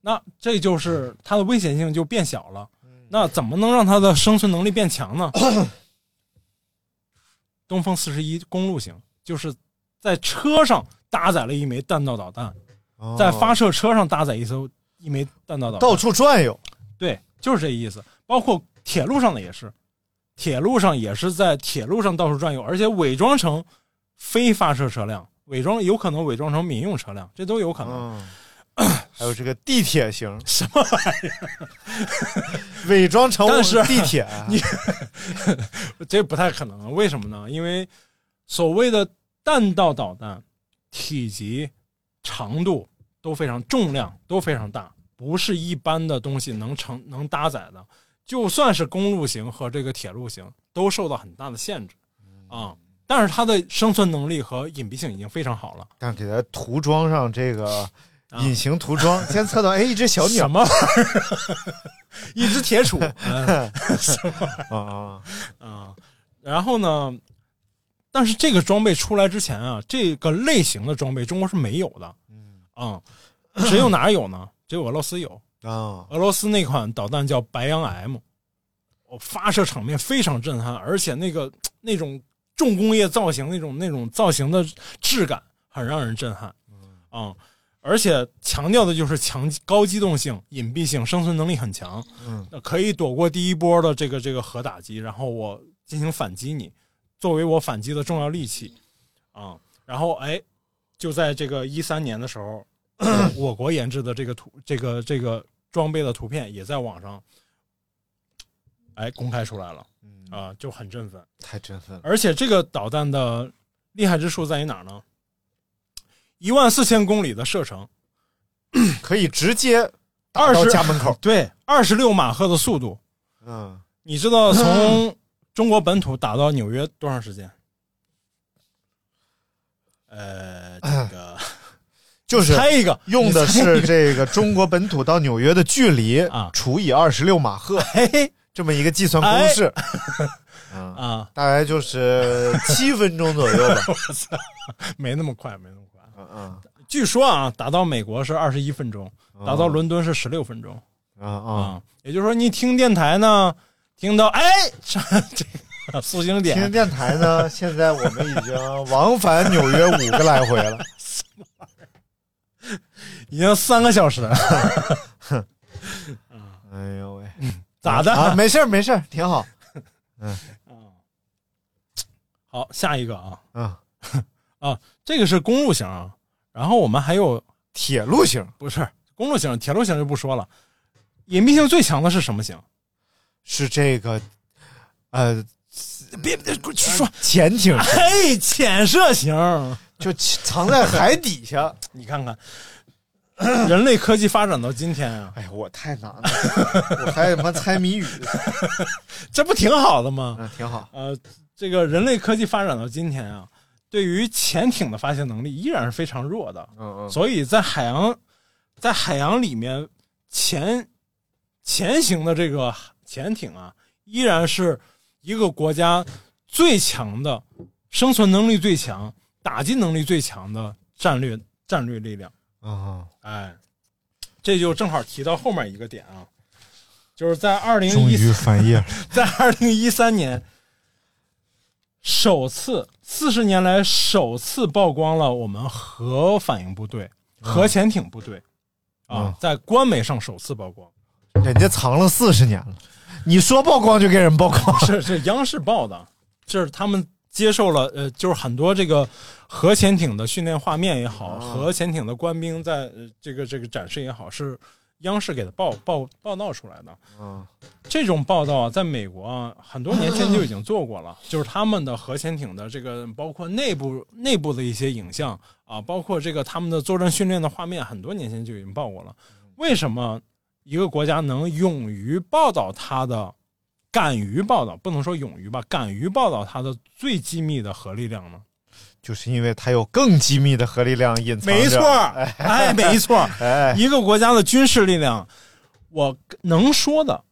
那这就是它的危险性就变小了。那怎么能让它的生存能力变强呢？东风四十一公路型就是在车上搭载了一枚弹道导弹，哦在发射车上搭载一艘一枚弹道导弹，到处转悠，对，就是这意思。包括铁路上的也是，铁路上也是在铁路上到处转悠，而且伪装成非发射车辆，伪装有可能伪装成民用车辆，这都有可能。 嗯，还有这个地铁型啊什么玩意儿，伪装成但是地铁，啊你这不太可能，啊为什么呢？因为所谓的弹道导弹，体积、长度都非常，重量都非常大，不是一般的东西能承能搭载的。就算是公路型和这个铁路型，都受到很大的限制啊、但是它的生存能力和隐蔽性已经非常好了。但是给它涂装上这个啊隐形涂装，监测到哎一只小鸟什么玩意儿？ 一只铁杵。嗯啊啊，啊，然后呢，但是这个装备出来之前啊，这个类型的装备中国是没有的，嗯，只有哪儿有呢？只有俄罗斯有，啊，俄罗斯那款导弹叫白羊 M，哦，发射场面非常震撼，而且那个那种重工业造型那种那种造型的质感很让人震撼，嗯啊、而且强调的就是强高机动性、隐蔽性、生存能力很强，嗯，可以躲过第一波的这个这个核打击，然后我进行反击你，作为我反击的重要利器，啊、然后哎，就在这个一三年的时候， 我国研制的这个图这个这个装备的图片也在网上，哎，公开出来了嗯啊、就很振奋。太振奋了，而且这个导弹的厉害之处在于哪儿呢？一万四千公里的射程，可以直接打二到十家门口，对二十六马赫的速度，嗯，你知道从中国本土打到纽约多长时 间？呃，这个哎 就是猜一个，用的是这个中国本土到纽约的距离啊除以二十六马赫嘿嘿这么一个计算公式，啊，哎啊，大概就是七分钟左右吧，没那么快，没那么快。嗯嗯据说啊，打到美国是二十一分钟，嗯打到伦敦是十六分钟啊啊，啊、也就是说，你听电台呢，听到哎，这 这个苏醒听点电台呢，现在我们已经往返纽约五个来回了，已经三个小时 了，哎呦喂，嗯咋的？啊？没事儿没事儿，挺好，好，下一个啊，嗯，这个是公路型啊，然后我们还有铁路型不是公路型、铁路型就不说了，隐蔽性最强的是什么型？是这个，呃，别别去 说，潜 艇型嘿，哎潜射型，就藏在海底下，你看 看。人类科技发展到今天啊， 哎呀，我太难了，我还他妈猜谜语，这不挺好的吗？嗯，挺好，呃，这个人类科技发展到今天啊，对于潜艇的发现能力依然是非常弱的，嗯所以在海洋，在海洋里面潜潜行的这个潜艇啊，依然是一个国家最强的生存能力最强、打击能力最强的战略战略力量。嗯，哎，这就正好提到后面一个点啊，就是在二零终一于翻页了，在二零一三年，首次四十年来首次曝光了我们核反应部队、核潜艇部队啊，嗯在官媒上首次曝光，人家藏了四十年了，你说曝光就给人曝光， 是是央视报的，这是他们接受了呃，就是很多这个核潜艇的训练画面也好，核潜艇的官兵在、呃这个这个展示也好，是央视给他报报报道出来的。嗯这种报道啊，在美国啊，很多年前就已经做过了， 就是他们的核潜艇的这个，包括内部内部的一些影像啊，包括这个他们的作战训练的画面，很多年前就已经报过了。为什么一个国家能勇于报道它的，敢于报道，不能说勇于吧，敢于报道它的最机密的核力量呢？ 就是因为它有更机密的核力量隐藏着，没错儿，哎，没错儿， 哎，一个国家的军事力量，我能说的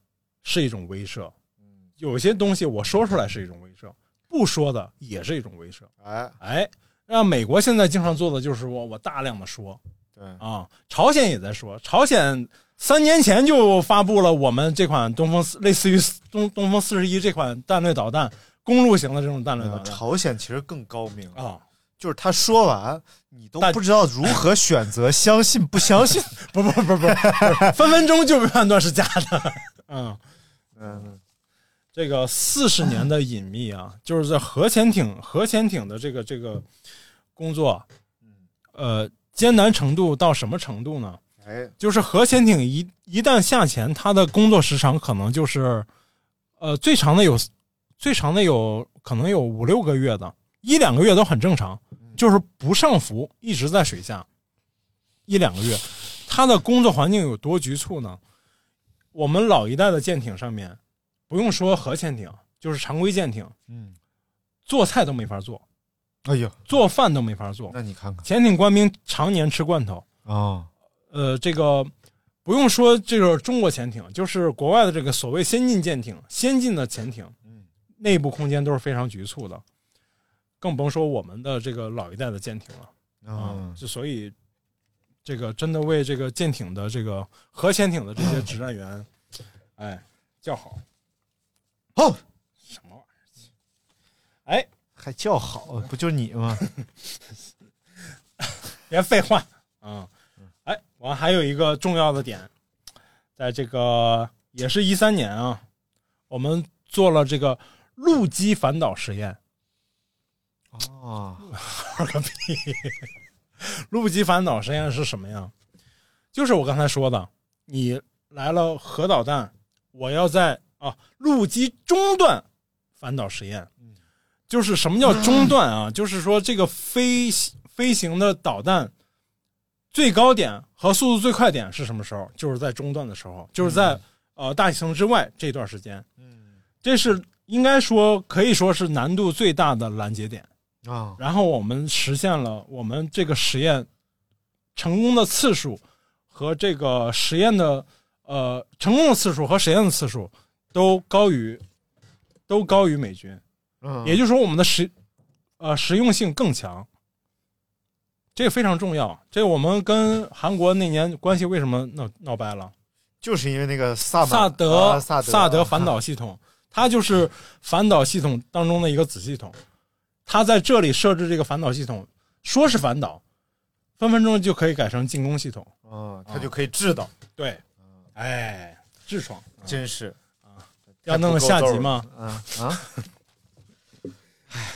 是一种威慑，嗯有些东西我说出来是一种威慑，不说的也是一种威慑。哎，哎，让美国现在经常做的就是我我大量的说对，啊，朝鲜也在说，朝鲜三年前就发布了我们这款东风四类似于东东风四十一这款弹略导弹，公路型的这种弹略导呃弹朝鲜其实更高明，啊，就是他说完，你都大不知道如何选择相信不相信，不不不不，不分分钟就被判断是假的，嗯。 嗯，这个四十年的隐秘啊，就是在核潜艇核潜艇的这个这个工作，呃，艰难程度到什么程度呢？哎，就是核潜艇一一旦下潜，它的工作时长可能就是，呃，最长的有最长的有可能有五六个月的，一两个月都很正常，就是不上浮，一直在水下一两个月。它的工作环境有多局促呢？我们老一代的舰艇上面，不用说核潜艇，就是常规舰艇，嗯，做菜都没法做，哎呦，做饭都没法做。那你看看潜艇官兵常年吃罐头，啊，呃，这个不用说，这个中国潜艇，就是国外的这个所谓先进舰艇、先进的潜艇，内部空间都是非常局促的，更甭说我们的这个老一代的舰艇了啊。嗯，就所以，这个真的为这个舰艇的这个核潜艇的这些指战员，哎，叫好。好，什么玩意儿？哎，还叫好，啊不就你吗？别废话啊！哎，我还有一个重要的点，在这个也是一三年啊，我们做了这个陆基反导实验，啊，玩个屁！ 陆基反导实验是什么呀？就是我刚才说的，你来了核导弹，我要在啊陆基中段反导实验。就是什么叫中段啊？就是说这个飞飞行的导弹最高点和速度最快点是什么时候？就是在中段的时候，就是在、呃大气层之外这段时间。这是应该说可以说是难度最大的拦截点。啊，然后我们实现了我们这个实验成功的次数和这个实验的呃成功的次数和实验的次数都高于都高于美军，嗯，也就是说我们的实呃实用性更强，这个非常重要。这个我们跟韩国那年关系为什么闹闹掰了？就是因为那个萨满萨啊德萨德萨德 反导系统，它就是反导系统当中的一个子系统。它在这里设置这个反导系统，说是反导，分分钟就可以改成进攻系统。啊，他就可以制导，对，嗯哎，痔疮真是要弄个下集 吗？啊啊！唉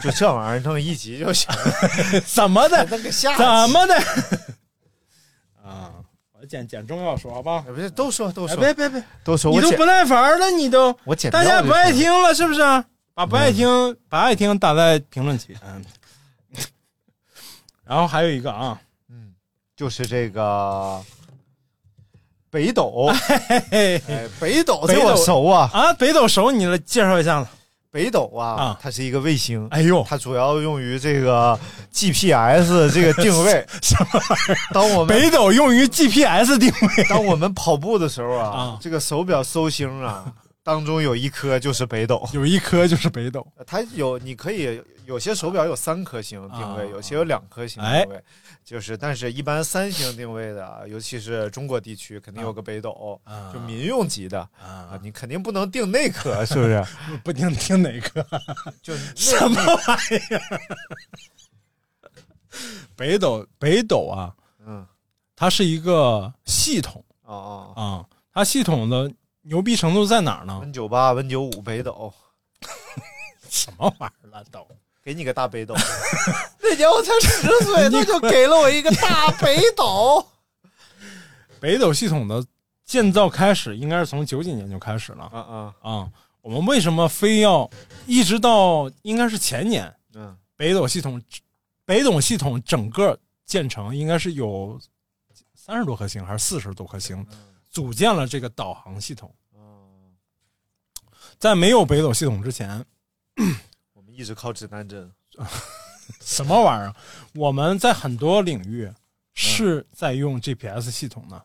就这玩意儿弄一集就行，怎么的？弄个下集怎么的？啊，我捡捡中药说好不好？ 哎不是都说都哎，说别别别，都说，你我都剪不耐烦了，你都我剪大掉家就不爱行听了，是不是？把不爱听，把爱听打在评论区。嗯。 然后还有一个啊，就是这 个北斗，嘿哎，北斗北这斗我熟啊，啊，北斗熟你了，介绍一下了。北斗啊啊，它是一个卫星，哎呦，它主要用于这个 GPS 这个定 位。什么玩意儿？当我们北斗用于 GPS 定位。 当我们跑步的时候啊啊，这个手表搜星啊，当中有一颗就是北斗。有一颗就是北斗， 它有，你可以有些手表有三颗星定位，啊有些有两颗星定位，就是但是一般三星定位的啊，尤其是中国地区，肯定有个北斗，啊就民用级的啊，你肯定不能定那 颗，是不是？不听听哪个？就什么玩意儿？ 北斗，北斗啊，嗯，它是一个系统 哦啊，哦它系统的牛逼程度在哪儿呢？ ，Win 九八、Win 九五北斗，什么玩意儿烂斗？给你个大 北斗。那年我才十岁， 他就给了我一个大北斗。北斗系统的建造开始应该是从九几年就开始了 啊啊，啊。我们为什么非要一直到应该是前年，嗯，北斗系统，北斗系统整个建成应该是有三十多颗星还是四十多颗星，组建了这个导航系统。哦在没有北斗系统之前， 我们一直靠指南针。什么玩意儿？啊我们在很多领域是在用 GPS 系统的，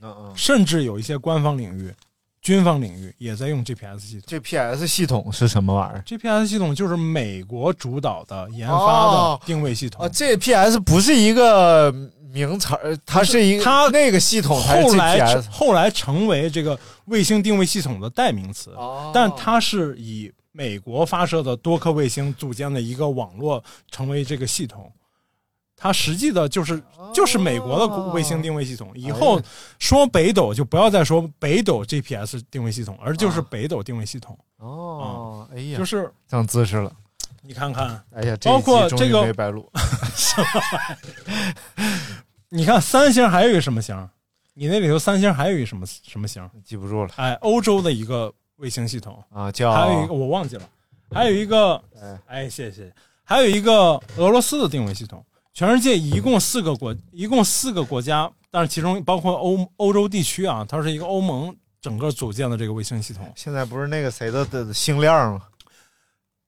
嗯嗯，甚至有一些官方领域、军方领域也在用 GPS 系统。这 PS 系统是什么玩意儿？ GPS 系统就是美国主导的研发哦的定位系统。啊，这 PS 不是一个名词儿，它是一个它那个系统才是后来 GPS 后来成为这个卫星定位系统的代名词，哦但它是以美国发射的多颗卫星组建的一个网络成为这个系统。它实际的就是哦就是美国的卫星定位系哎统。以后说北斗就不要再说北斗 GPS 定位系统，而就是北斗定位系统。哦，啊哎呀，嗯就是长姿势了。你看看，哎呀，这一包括集终于这个没白录。什么玩意儿？你看三星还有一个什么星？你那里头三星还有一个什么什么星？记不住了哎，欧洲的一个卫星系统，啊，叫还有一个我忘记了，还有一个，哎，谢谢，还有一个俄罗斯的定位系统。全世界一共四个国，一共四个国家，但是其中包括欧欧洲地区啊，它是一个欧盟整个组建的这个卫星系统。现在不是那个谁的的星链儿吗？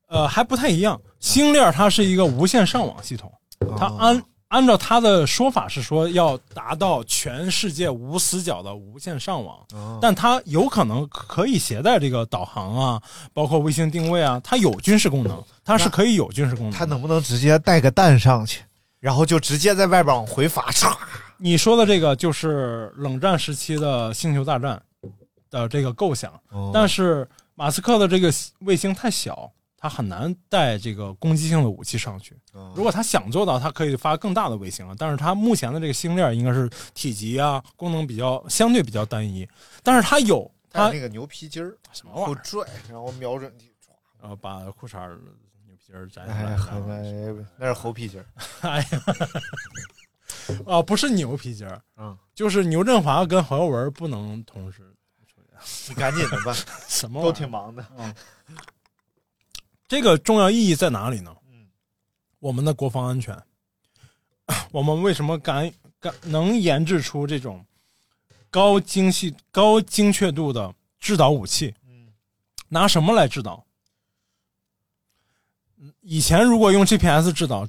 呃，还不太一样。星链它是一个无线上网系统，它按按照它的说法是说要达到全世界无死角的无线上网，嗯但它有可能可以携带这个导航啊，包括卫星定位啊，它有军事功能，它是可以有军事功能。他能不能直接带个蛋上去，然后就直接在外边往回发？唰你说的这个就是冷战时期的星球大战的这个构想，哦但是马斯克的这个卫星太小，他很难带这个攻击性的武器上去。哦嗯如果他想做到，他可以发更大的卫星了，但是他目前的这个星链应该是体积啊、功能比较相对比较单一，但是他有他带那个牛皮筋儿，什么玩后意儿，拽，然后瞄准地。然后把裤衩儿牛皮筋儿摘下来，哎，然后很哎那是猴 皮筋儿。哎呀，啊，不是牛皮筋儿，嗯，就是牛振华跟侯耀文不能同时，你赶 紧的吧，什么玩意儿都挺忙的。嗯这个重要意义在哪里呢？嗯我们的国防安全，我们为什么敢敢能研制出这种高精细、高精确度的制导武器？嗯，拿什么来制导？嗯以前如果用 GPS 制导，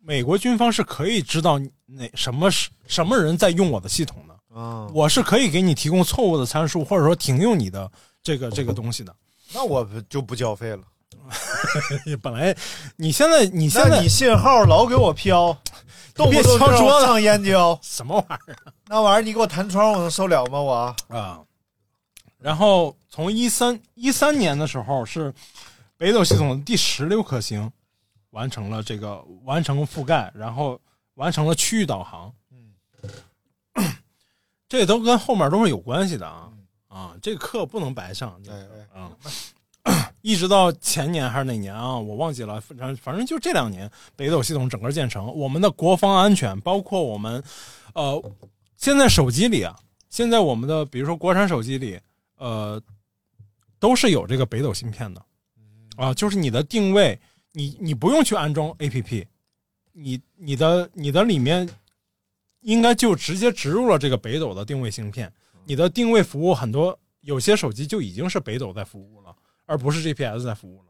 美国军方是可以知道哪什么是什么人在用我的系统的，啊，我是可以给你提供错误的参数，或者说停用你的这个这个东西的。 那我不就不交费了。本来你现在你现那在你信号老给我 飘，动不别动瞎就说让了上燕郊，什么玩意儿？那玩意儿你给我弹窗，我能受了吗？我啊。然后从一三一三年的时候，是北斗系统的第十六颗星完成了这个完成覆盖，然后完成了区域导航。嗯嗯， 这都跟后面都是有关系的啊嗯啊！这个课不能白上。哎啊，一直到前年还是哪年啊？我忘记了，反正反正就这两年，北斗系统整个建成，我们的国防安全，包括我们，呃，现在手机里啊，现在我们的比如说国产手机里，呃，都是有这个北斗芯片的，啊，就是你的定位，你你不用去安装 APP，你你的你的里面应该就直接植入了这个北斗的定位芯片，你的定位服务很多有些手机就已经是北斗在服务了，而不是 GPS 在服务了。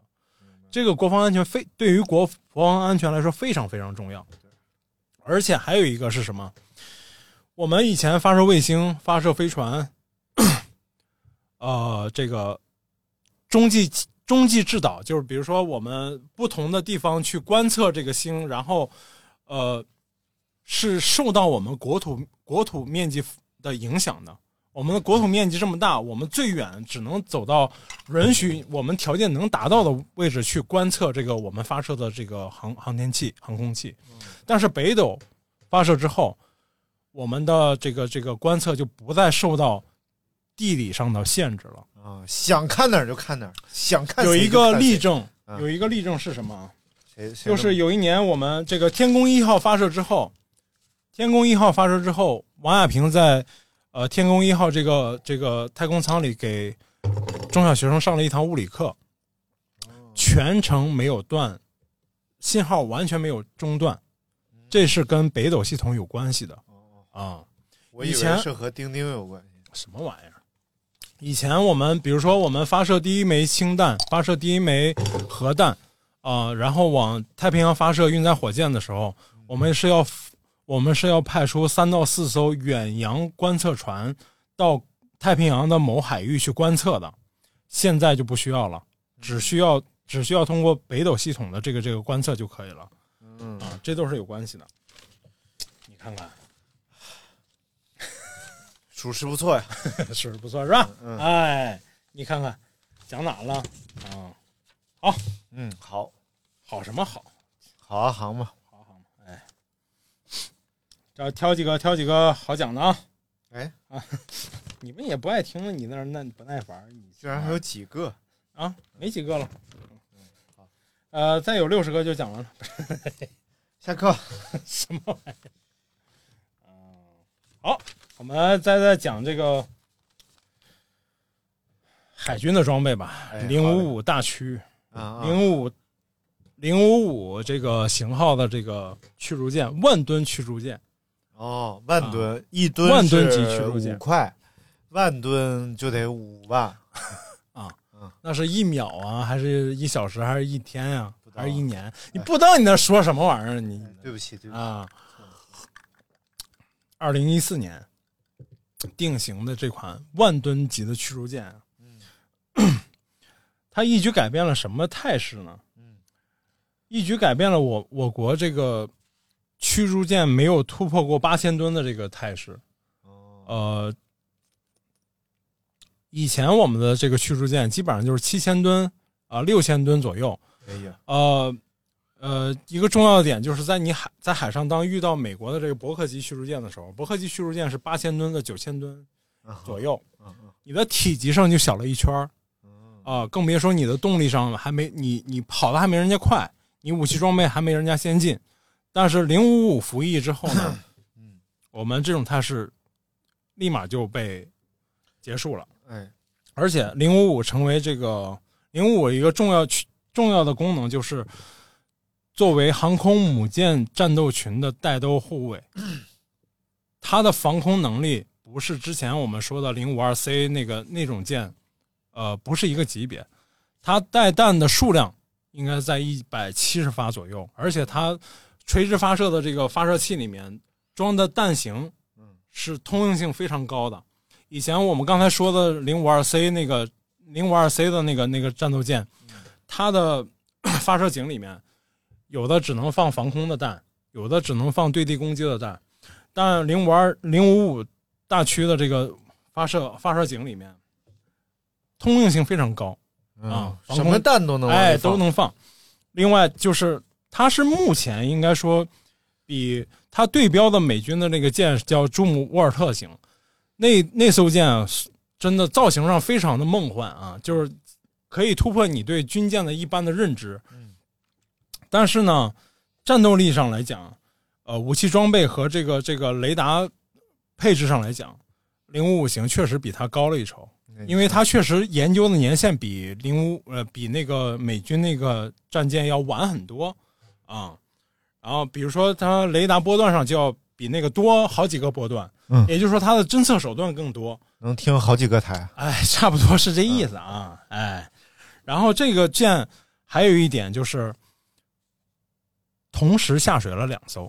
这个国防安全非对于国国防安全来说非常非常重要，而且还有一个是什么？我们以前发射卫星、发射飞船，呃，这个中继中继制导，就是比如说我们不同的地方去观测这个星，然后呃是受到我们国土国土面积的影响的。我们的国土面积这么大，我们最远只能走到允许我们条件能达到的位置去观测这个我们发射的这个航航天器、航空器。嗯但是北斗发射之后，我们的这个这个观测就不再受到地理上的限制了。啊，想看哪儿就看哪儿，想看有谁一就个看例谁，证，嗯有一个例证是什么？谁谁就是有一年我们这个天宫一号发射之后，天宫一号发射之后，王亚平在呃天宫一号这个这个太空舱里给中小学生上了一堂物理课，全程没有断，信号完全没有中断，这是跟北斗系统有关系的啊。我以以为前是和钉钉有关系。什么玩意儿？以前我们比如说我们发射第一枚氢弹，发射第一枚核弹，啊、然后往太平洋发射运载火箭的时候，我们是要我们是要派出三到四艘远洋观测船到太平洋的某海域去观测的。现在就不需要了，只需要只需要通过北斗系统的这个这个观测就可以了。嗯啊，这都是有关系的。你看看。 属实不错呀，嗯是不错是吧？哎，你看看，讲哪了？啊，好，嗯，好，好什么好？好啊，行吧，好好嘛，哎，找挑几个挑几个好讲的啊！哎啊， 你们也不爱听，你那儿那不耐烦，你居然还有几个？啊，没几个了。呃，再有六十个就讲完了。下课。什么玩意儿？嗯，好，我们再再讲这个海军的装备吧，哎零五五大驱，啊啊！零五零五五这个型号的这个驱逐舰，万吨驱逐舰，哦，万吨一吨啊万吨级是驱逐舰五块，万吨就得五万。那是一秒啊，还是一小时，还是一天呀、知道还是一年？你不知道你那说什么玩意儿，你对不起，对不嗯起，啊，二零一四年定型的这款万吨级的驱逐舰，啊 它一举改变了什么态势呢？一举改变了我我国这个驱逐舰没有突破过八千吨的这个态势。呃，以前我们的这个驱逐舰基本上就是七千吨啊，六、0千吨左右。哎呀，呃呃，一个重要的点就是在你海在海上当遇到美国的这个伯克级驱逐舰的时候，伯克级驱逐舰是八千吨到九千吨嗯嗯左右，你的体积上就小了一圈儿，嗯啊、更别说你的动力上还没你你跑的还没人家快，你武器装备还没人家先进。但是零五五服役之后呢，我们这种态势立马就被结束了。哎，而且零五五成为这个零五五一个重要区重要的功能就是作为航空母舰战斗群的带兜护卫，它的防空能力不是之前我们说的零五二 C 那个那种舰，呃，不是一个级别。它带弹的数量应该在一百七十发左右，而且它垂直发射的这个发射器里面装的弹型是通用性非常高的。以前我们刚才说的零五二 C 那个零五二 C 的那个那个战斗舰，它的 发射井里面有的只能放防空的弹，有的只能放对地攻击的弹，但零五二零五五大区的这个发射发射井里面，通用性非常高，嗯啊，防什空么弹都能往里哎，放都能放。另外就是，它是目前应该说比它对标的美军的那个舰叫朱姆沃尔特型，那那艘舰啊真的造型上非常的梦幻啊，就是可以突破你对军舰的一般的认知。嗯但是呢，战斗力上来讲，呃，武器装备和这个这个雷达配置上来讲，零五五型确实比它高了一筹。因为它确实研究的年限比零五呃比那个美军那个战舰要晚很多啊。然后比如说它雷达波段上就要比那个多好几个波段，嗯也就是说它的侦测手段更多。能听好几个台。哎，差不多是这意思啊，哎，然后这个舰还有一点就是，同时下水了两艘，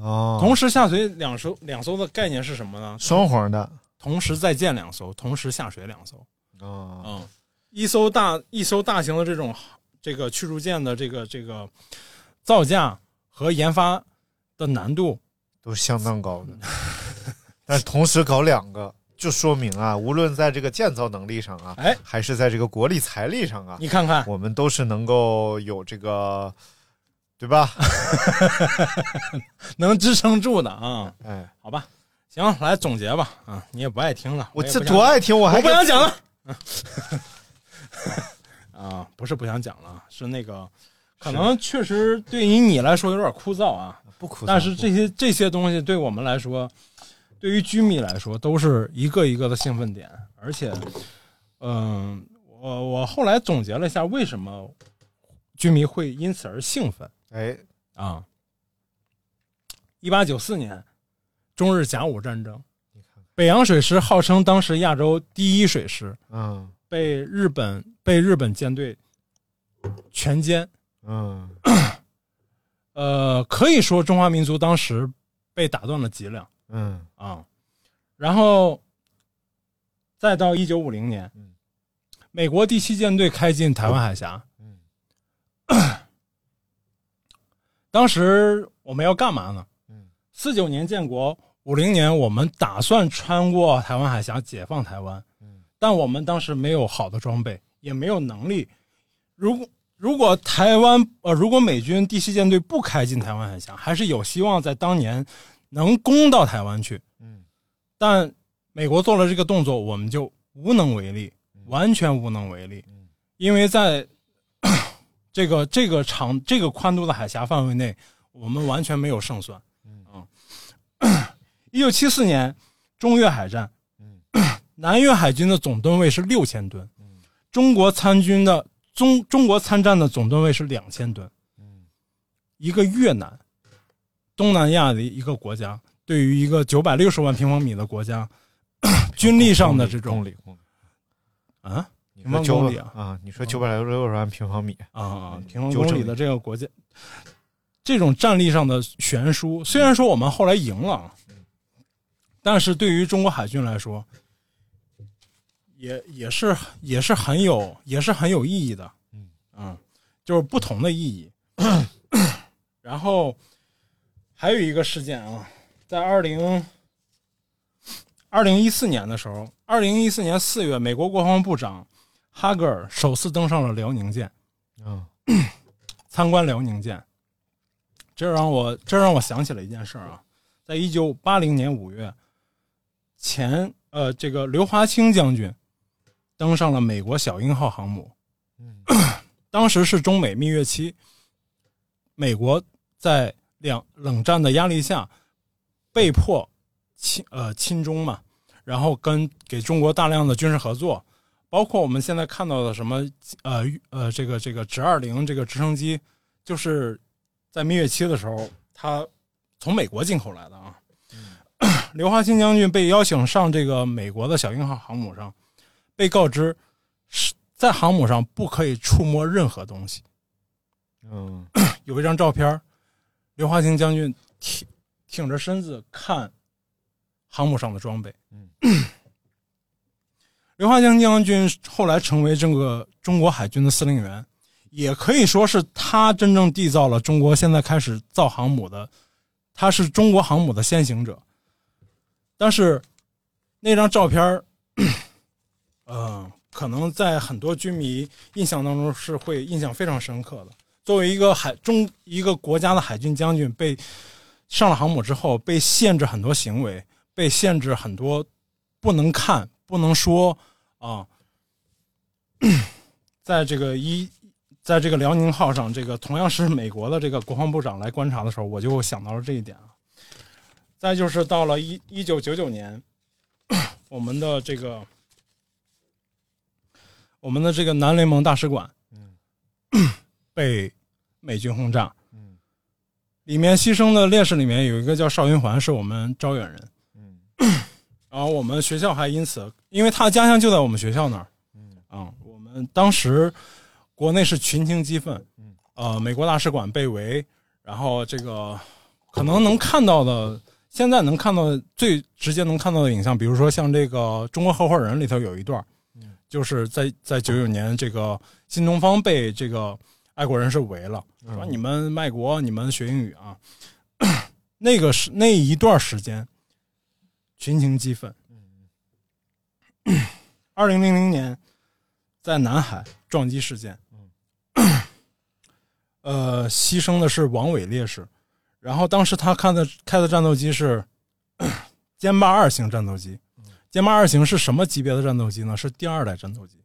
哦，同时下水两艘两艘的概念是什么呢？双黄的。同时再建两艘，同时下水两艘。哦，嗯，一艘大一艘大型的这种这个驱逐舰的这个这个造价和研发的难度，都是相当高的。 但是同时搞两个，就说明啊，无论在这个建造能力上啊，哎，还是在这个国力财力上啊，你看 看，我们都是能够有这个，对吧？能支撑住的啊、哎， 好吧，行，来总结吧，啊，你也不爱听了，我也这不想多爱听，我还我不给想讲 了。啊，不是不想讲了，是那个，可能确实对于你来说有点枯燥啊，不哭。但是这些这些东西对我们来说，对于居民来说，都是一个一个的兴奋点。而且，嗯、我我后来总结了一下，为什么居民会因此而兴奋哎，啊？一八九四年，中日甲午战争，北洋水师号称当时亚洲第一水师，嗯被日本被日本舰队全歼。嗯， 呃，可以说中华民族当时被打断了脊梁。嗯，啊，然后再到一九五零年嗯，美国第七舰队开进台湾海峡。嗯 当时我们要干嘛呢嗯？四九年建国，五零年我们打算穿过台湾海峡解放台湾嗯，但我们当时没有好的装备，也没有能力。如果如果台湾呃，如果美军第七舰队不开进台湾海峡，还是有希望在当年能攻到台湾去。嗯，但美国做了这个动作，我们就无能为力，完全无能为力，因为在 这个这个长这个宽度的海峡范围内，我们完全没有胜算。嗯 一九七四年中越海战，南越海军的总吨位是六千吨，中国参军的中中国参战的总吨位是两千吨。嗯一个越南，东南亚的一个国家，对于一个九百六十万平方米的国家， 军力上的这种公里公里啊，你平说方九公百里啊啊，你说九百六十万平方米，啊啊，平方九公整里的这个国家，这种战力上的悬殊，虽然说我们后来赢了，啊但是对于中国海军来说，也也是也是很有也是很有意义的，嗯嗯，就是不同的意义。 然后还有一个事件啊，在二零二零一四年的时候，二零一四年四月，美国国防部长哈格尔首次登上了辽宁舰。嗯，参观辽宁舰，这让我这让我想起了一件事儿啊，在一九八零年五月，前呃这个刘华清将军登上了美国小鹰号航母， 当时是中美蜜月期，美国在两冷战的压力下被迫亲呃亲中嘛，然后跟给中国大量的军事合作，包括我们现在看到的什么呃呃这个这个直二零这个直升机，就是在蜜月期的时候，它从美国进口来的啊。 刘华清将军被邀请上这个美国的小鹰号航母上，被告知是在航母上不可以触摸任何东西。嗯，有一张照片儿，刘华清将军挺挺着身子看航母上的装备。嗯 刘华清将军后来成为这个中国海军的司令员，也可以说是他真正缔造了中国现在开始造航母的，他是中国航母的先行者。但是那张照片儿， 呃，可能在很多军迷印象当中是会印象非常深刻的。作为一个海中一个国家的海军将军，被上了航母之后，被限制很多行为，被限制很多不能看、不能说啊。 在这个一，在这个辽宁号上，这个同样是美国的这个国防部长来观察的时候，我就想到了这一点啊。再就是到了一一九九九年， 我们的这个我们的这个南联盟大使馆， 被美军轰炸。嗯里面牺牲的烈士里面有一个叫邵云环，是我们招远人。嗯然后我们学校还因此，因为他的家乡就在我们学校那儿，嗯啊、我们当时国内是群情激愤，呃，美国大使馆被围，然后这个可能能看到的，现在能看到的最直接能看到的影像，比如说像这个《中国合伙人》里头有一段，就是在在九九年这个新东方被这个爱国人士围了，说你们卖国，你们学英语啊， 那个是那一段时间群情激愤。 二零零零年，在南海撞击事件， 呃，牺牲的是王伟烈士，然后当时他看的开的战斗机是 歼八二型战斗机，歼八二型是什么级别的战斗机呢？是第二代战斗机。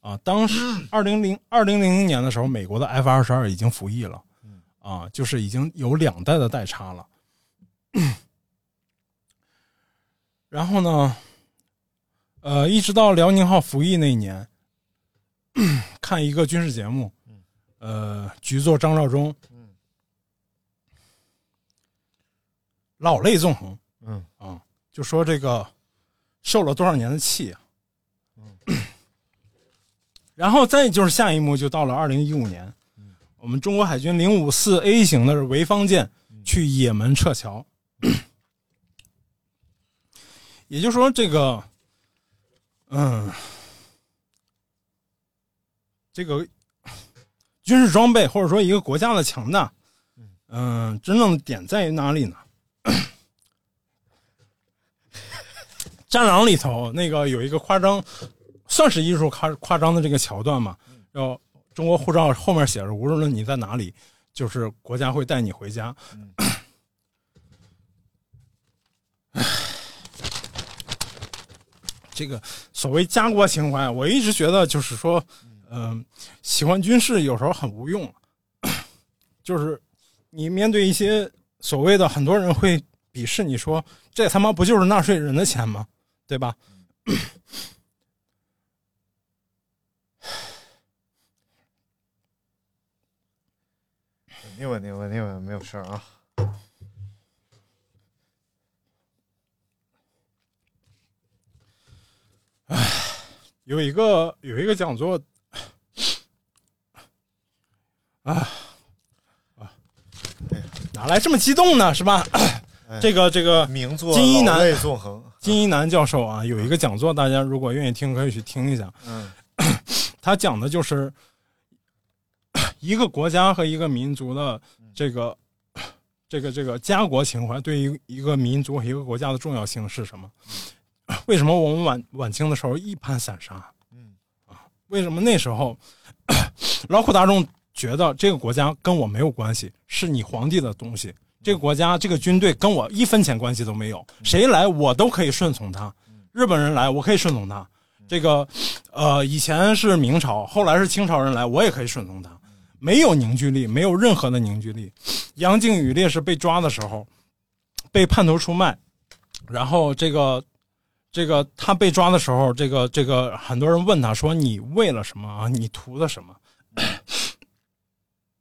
啊，当时二零零二零零零年的时候，美国的 F 二十二已经服役了，啊，就是已经有两代的代差了。然后呢，呃，一直到辽宁号服役那一年， 看一个军事节目，呃，局座张召忠，老泪纵横，嗯啊，就说这个受了多少年的气啊， 然后再就是下一幕就到了二零一五年，我们中国海军零五四 A 型的潍坊舰去也门撤侨，也就是说这个，嗯，这个军事装备或者说一个国家的强大，嗯、真正的点在于哪里呢？ 战狼里头那个有一个夸张，算是艺术夸夸张的这个桥段嘛，要中国护照后面写着，无论你在哪里，就是国家会带你回家。这个所谓家国情怀，我一直觉得就是说，嗯、喜欢军事有时候很无用，啊 就是你面对一些所谓的很多人会鄙视你说，这他妈不就是纳税人的钱吗？对吧？稳定稳定稳定稳定，没有事儿 啊。有一个有一个讲座， 啊啊，哪来这么激动呢？是吧？这个这个名作金一老南泪纵横，金一南教授啊，有一个讲座，大家如果愿意听，可以去听一下。嗯， 他讲的就是 一个国家和一个民族的这个这个这个家国情怀对于一个民族和一个国家的重要性是什么？ 为什么我们晚晚清的时候一盘散沙？嗯为什么那时候 劳苦大众觉得这个国家跟我没有关系，是你皇帝的东西？这个国家这个军队跟我一分钱关系都没有，谁来我都可以顺从他。日本人来，我可以顺从他。这个，呃，以前是明朝，后来是清朝人来，我也可以顺从他。没有凝聚力，没有任何的凝聚力。杨靖宇烈士被抓的时候，被叛徒出卖，然后这个这个他被抓的时候，这个这个很多人问他说：“你为了什么啊？你图的什么？”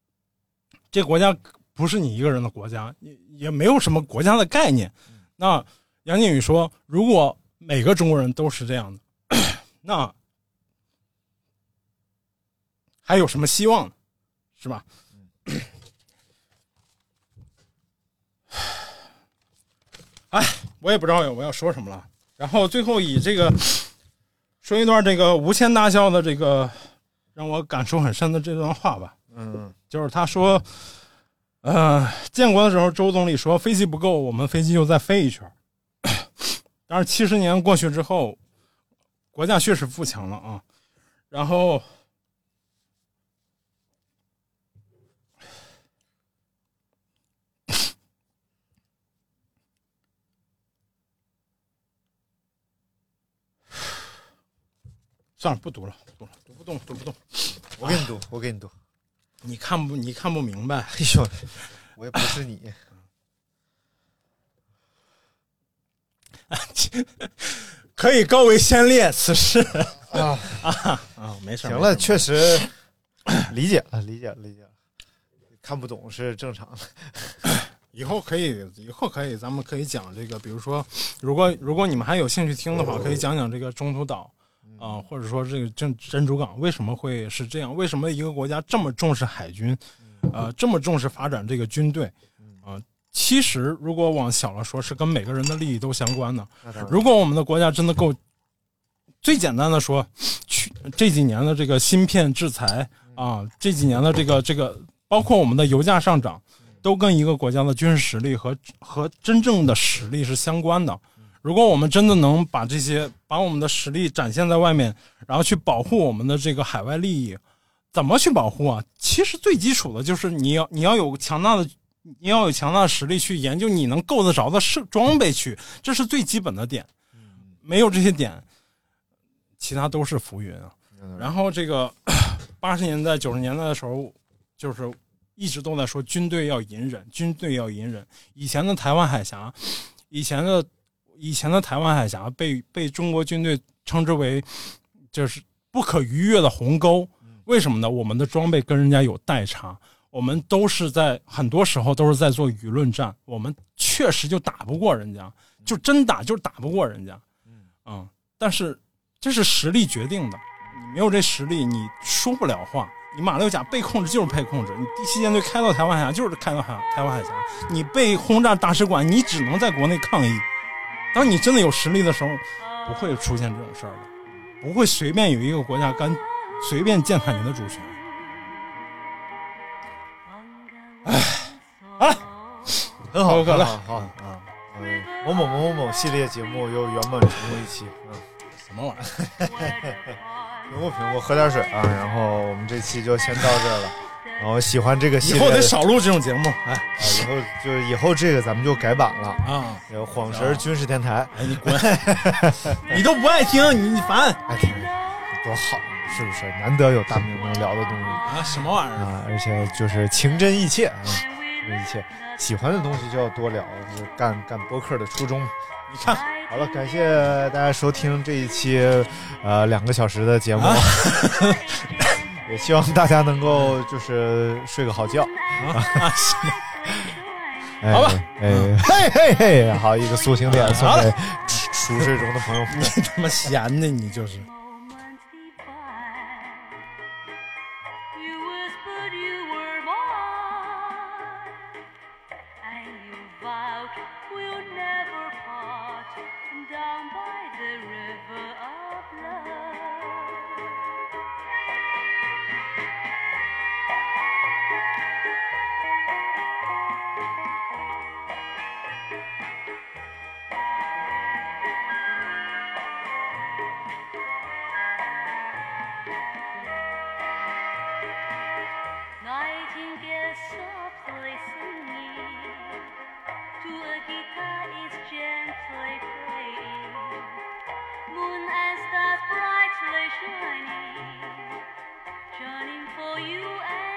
这国家不是你一个人的国家，也也没有什么国家的概念。那杨靖宇说：“如果每个中国人都是这样的， 那还有什么希望呢？是吧？” 哎，我也不知道我要说什么了。然后最后以这个说一段这个无限大笑的这个让我感受很深的这段话吧，嗯就是他说，呃，建国的时候，周总理说飞机不够，我们飞机就再飞一圈儿。 但是七十年过去之后，国家确实富强了啊，然后。算了，不读了，不读了，读不动，读不动。我给你读，我给你读。你看不，你看不明白。 哎呦，我也不是你，可以高为先烈，此事 啊啊，没事行了，，确实理解了，理解了，理解了。看不懂是正常的，以后可以，以后可以，咱们可以讲这个，比如说，如果如果你们还有兴趣听的话，可以讲讲这个中途岛啊、或者说这个珍珍珠港为什么会是这样？为什么一个国家这么重视海军，呃，这么重视发展这个军队啊、其实如果往小了说，是跟每个人的利益都相关的。那当然如果我们的国家真的够，最简单的说，去这几年的这个芯片制裁啊，这几年的这个这个，包括我们的油价上涨，都跟一个国家的军事实力和和真正的实力是相关的。如果我们真的能把这些把我们的实力展现在外面，然后去保护我们的这个海外利益，怎么去保护啊？其实最基础的就是你要你要有强大的。你要有强大的实力去研究你能够得着的设装备去，这是最基本的点。没有这些点，其他都是浮云啊。然后这个 八十年代、九十年代的时候，就是一直都在说军队要隐忍，军队要隐忍。以前的台湾海峡，以前的以前的台湾海峡被被中国军队称之为就是不可逾越的鸿沟。为什么呢？我们的装备跟人家有代差，我们都是在很多时候都是在做舆论战，我们确实就打不过人家，就真打就是打不过人家。嗯，但是这是实力决定的，你没有这实力，你说不了话。你马六甲被控制就是被控制，你第七舰队开到台湾海峡就是开到海台湾海峡，你被轰炸大使馆，你只能在国内抗议。当你真的有实力的时候，不会出现这种事儿的，不会随便有一个国家敢随便践踏你的主权。哎，好了，很好，可口可乐很好，好啊。嗯某某某某某系列节目又圆满成功一期，嗯，什么玩意儿？评估评估，喝点水啊。然后我们这期就先到这儿了，然后喜欢这个系 以列，后得少录这种节目，哎啊以后就是以后这个咱们就改版了啊，有晃神军事电台，哎，你滚， 你都不爱听，你你烦哎天，多好，是不是？难得有大明能聊的东西啊，什么玩意儿？啊，而且就是情真意切啊，情真意切，喜欢的东西就要多聊，就是干干播客的初衷。你看看好了，感谢大家收听这一期呃两个小时的节目，啊 也希望大家能够就是睡个好觉。啊，什么 哎、好吧，嗯哎，嘿嘿嘿，好一个塑形脸送好给了熟睡中的 朋友们。你他妈闲的，你就是。 You whispered you were mine, and you vowed we'll never part down by the river of love. Nightingale softly singing to a guitar is gently playing. Moon and stars brightly shining, shining for you and oh, Oh, oh,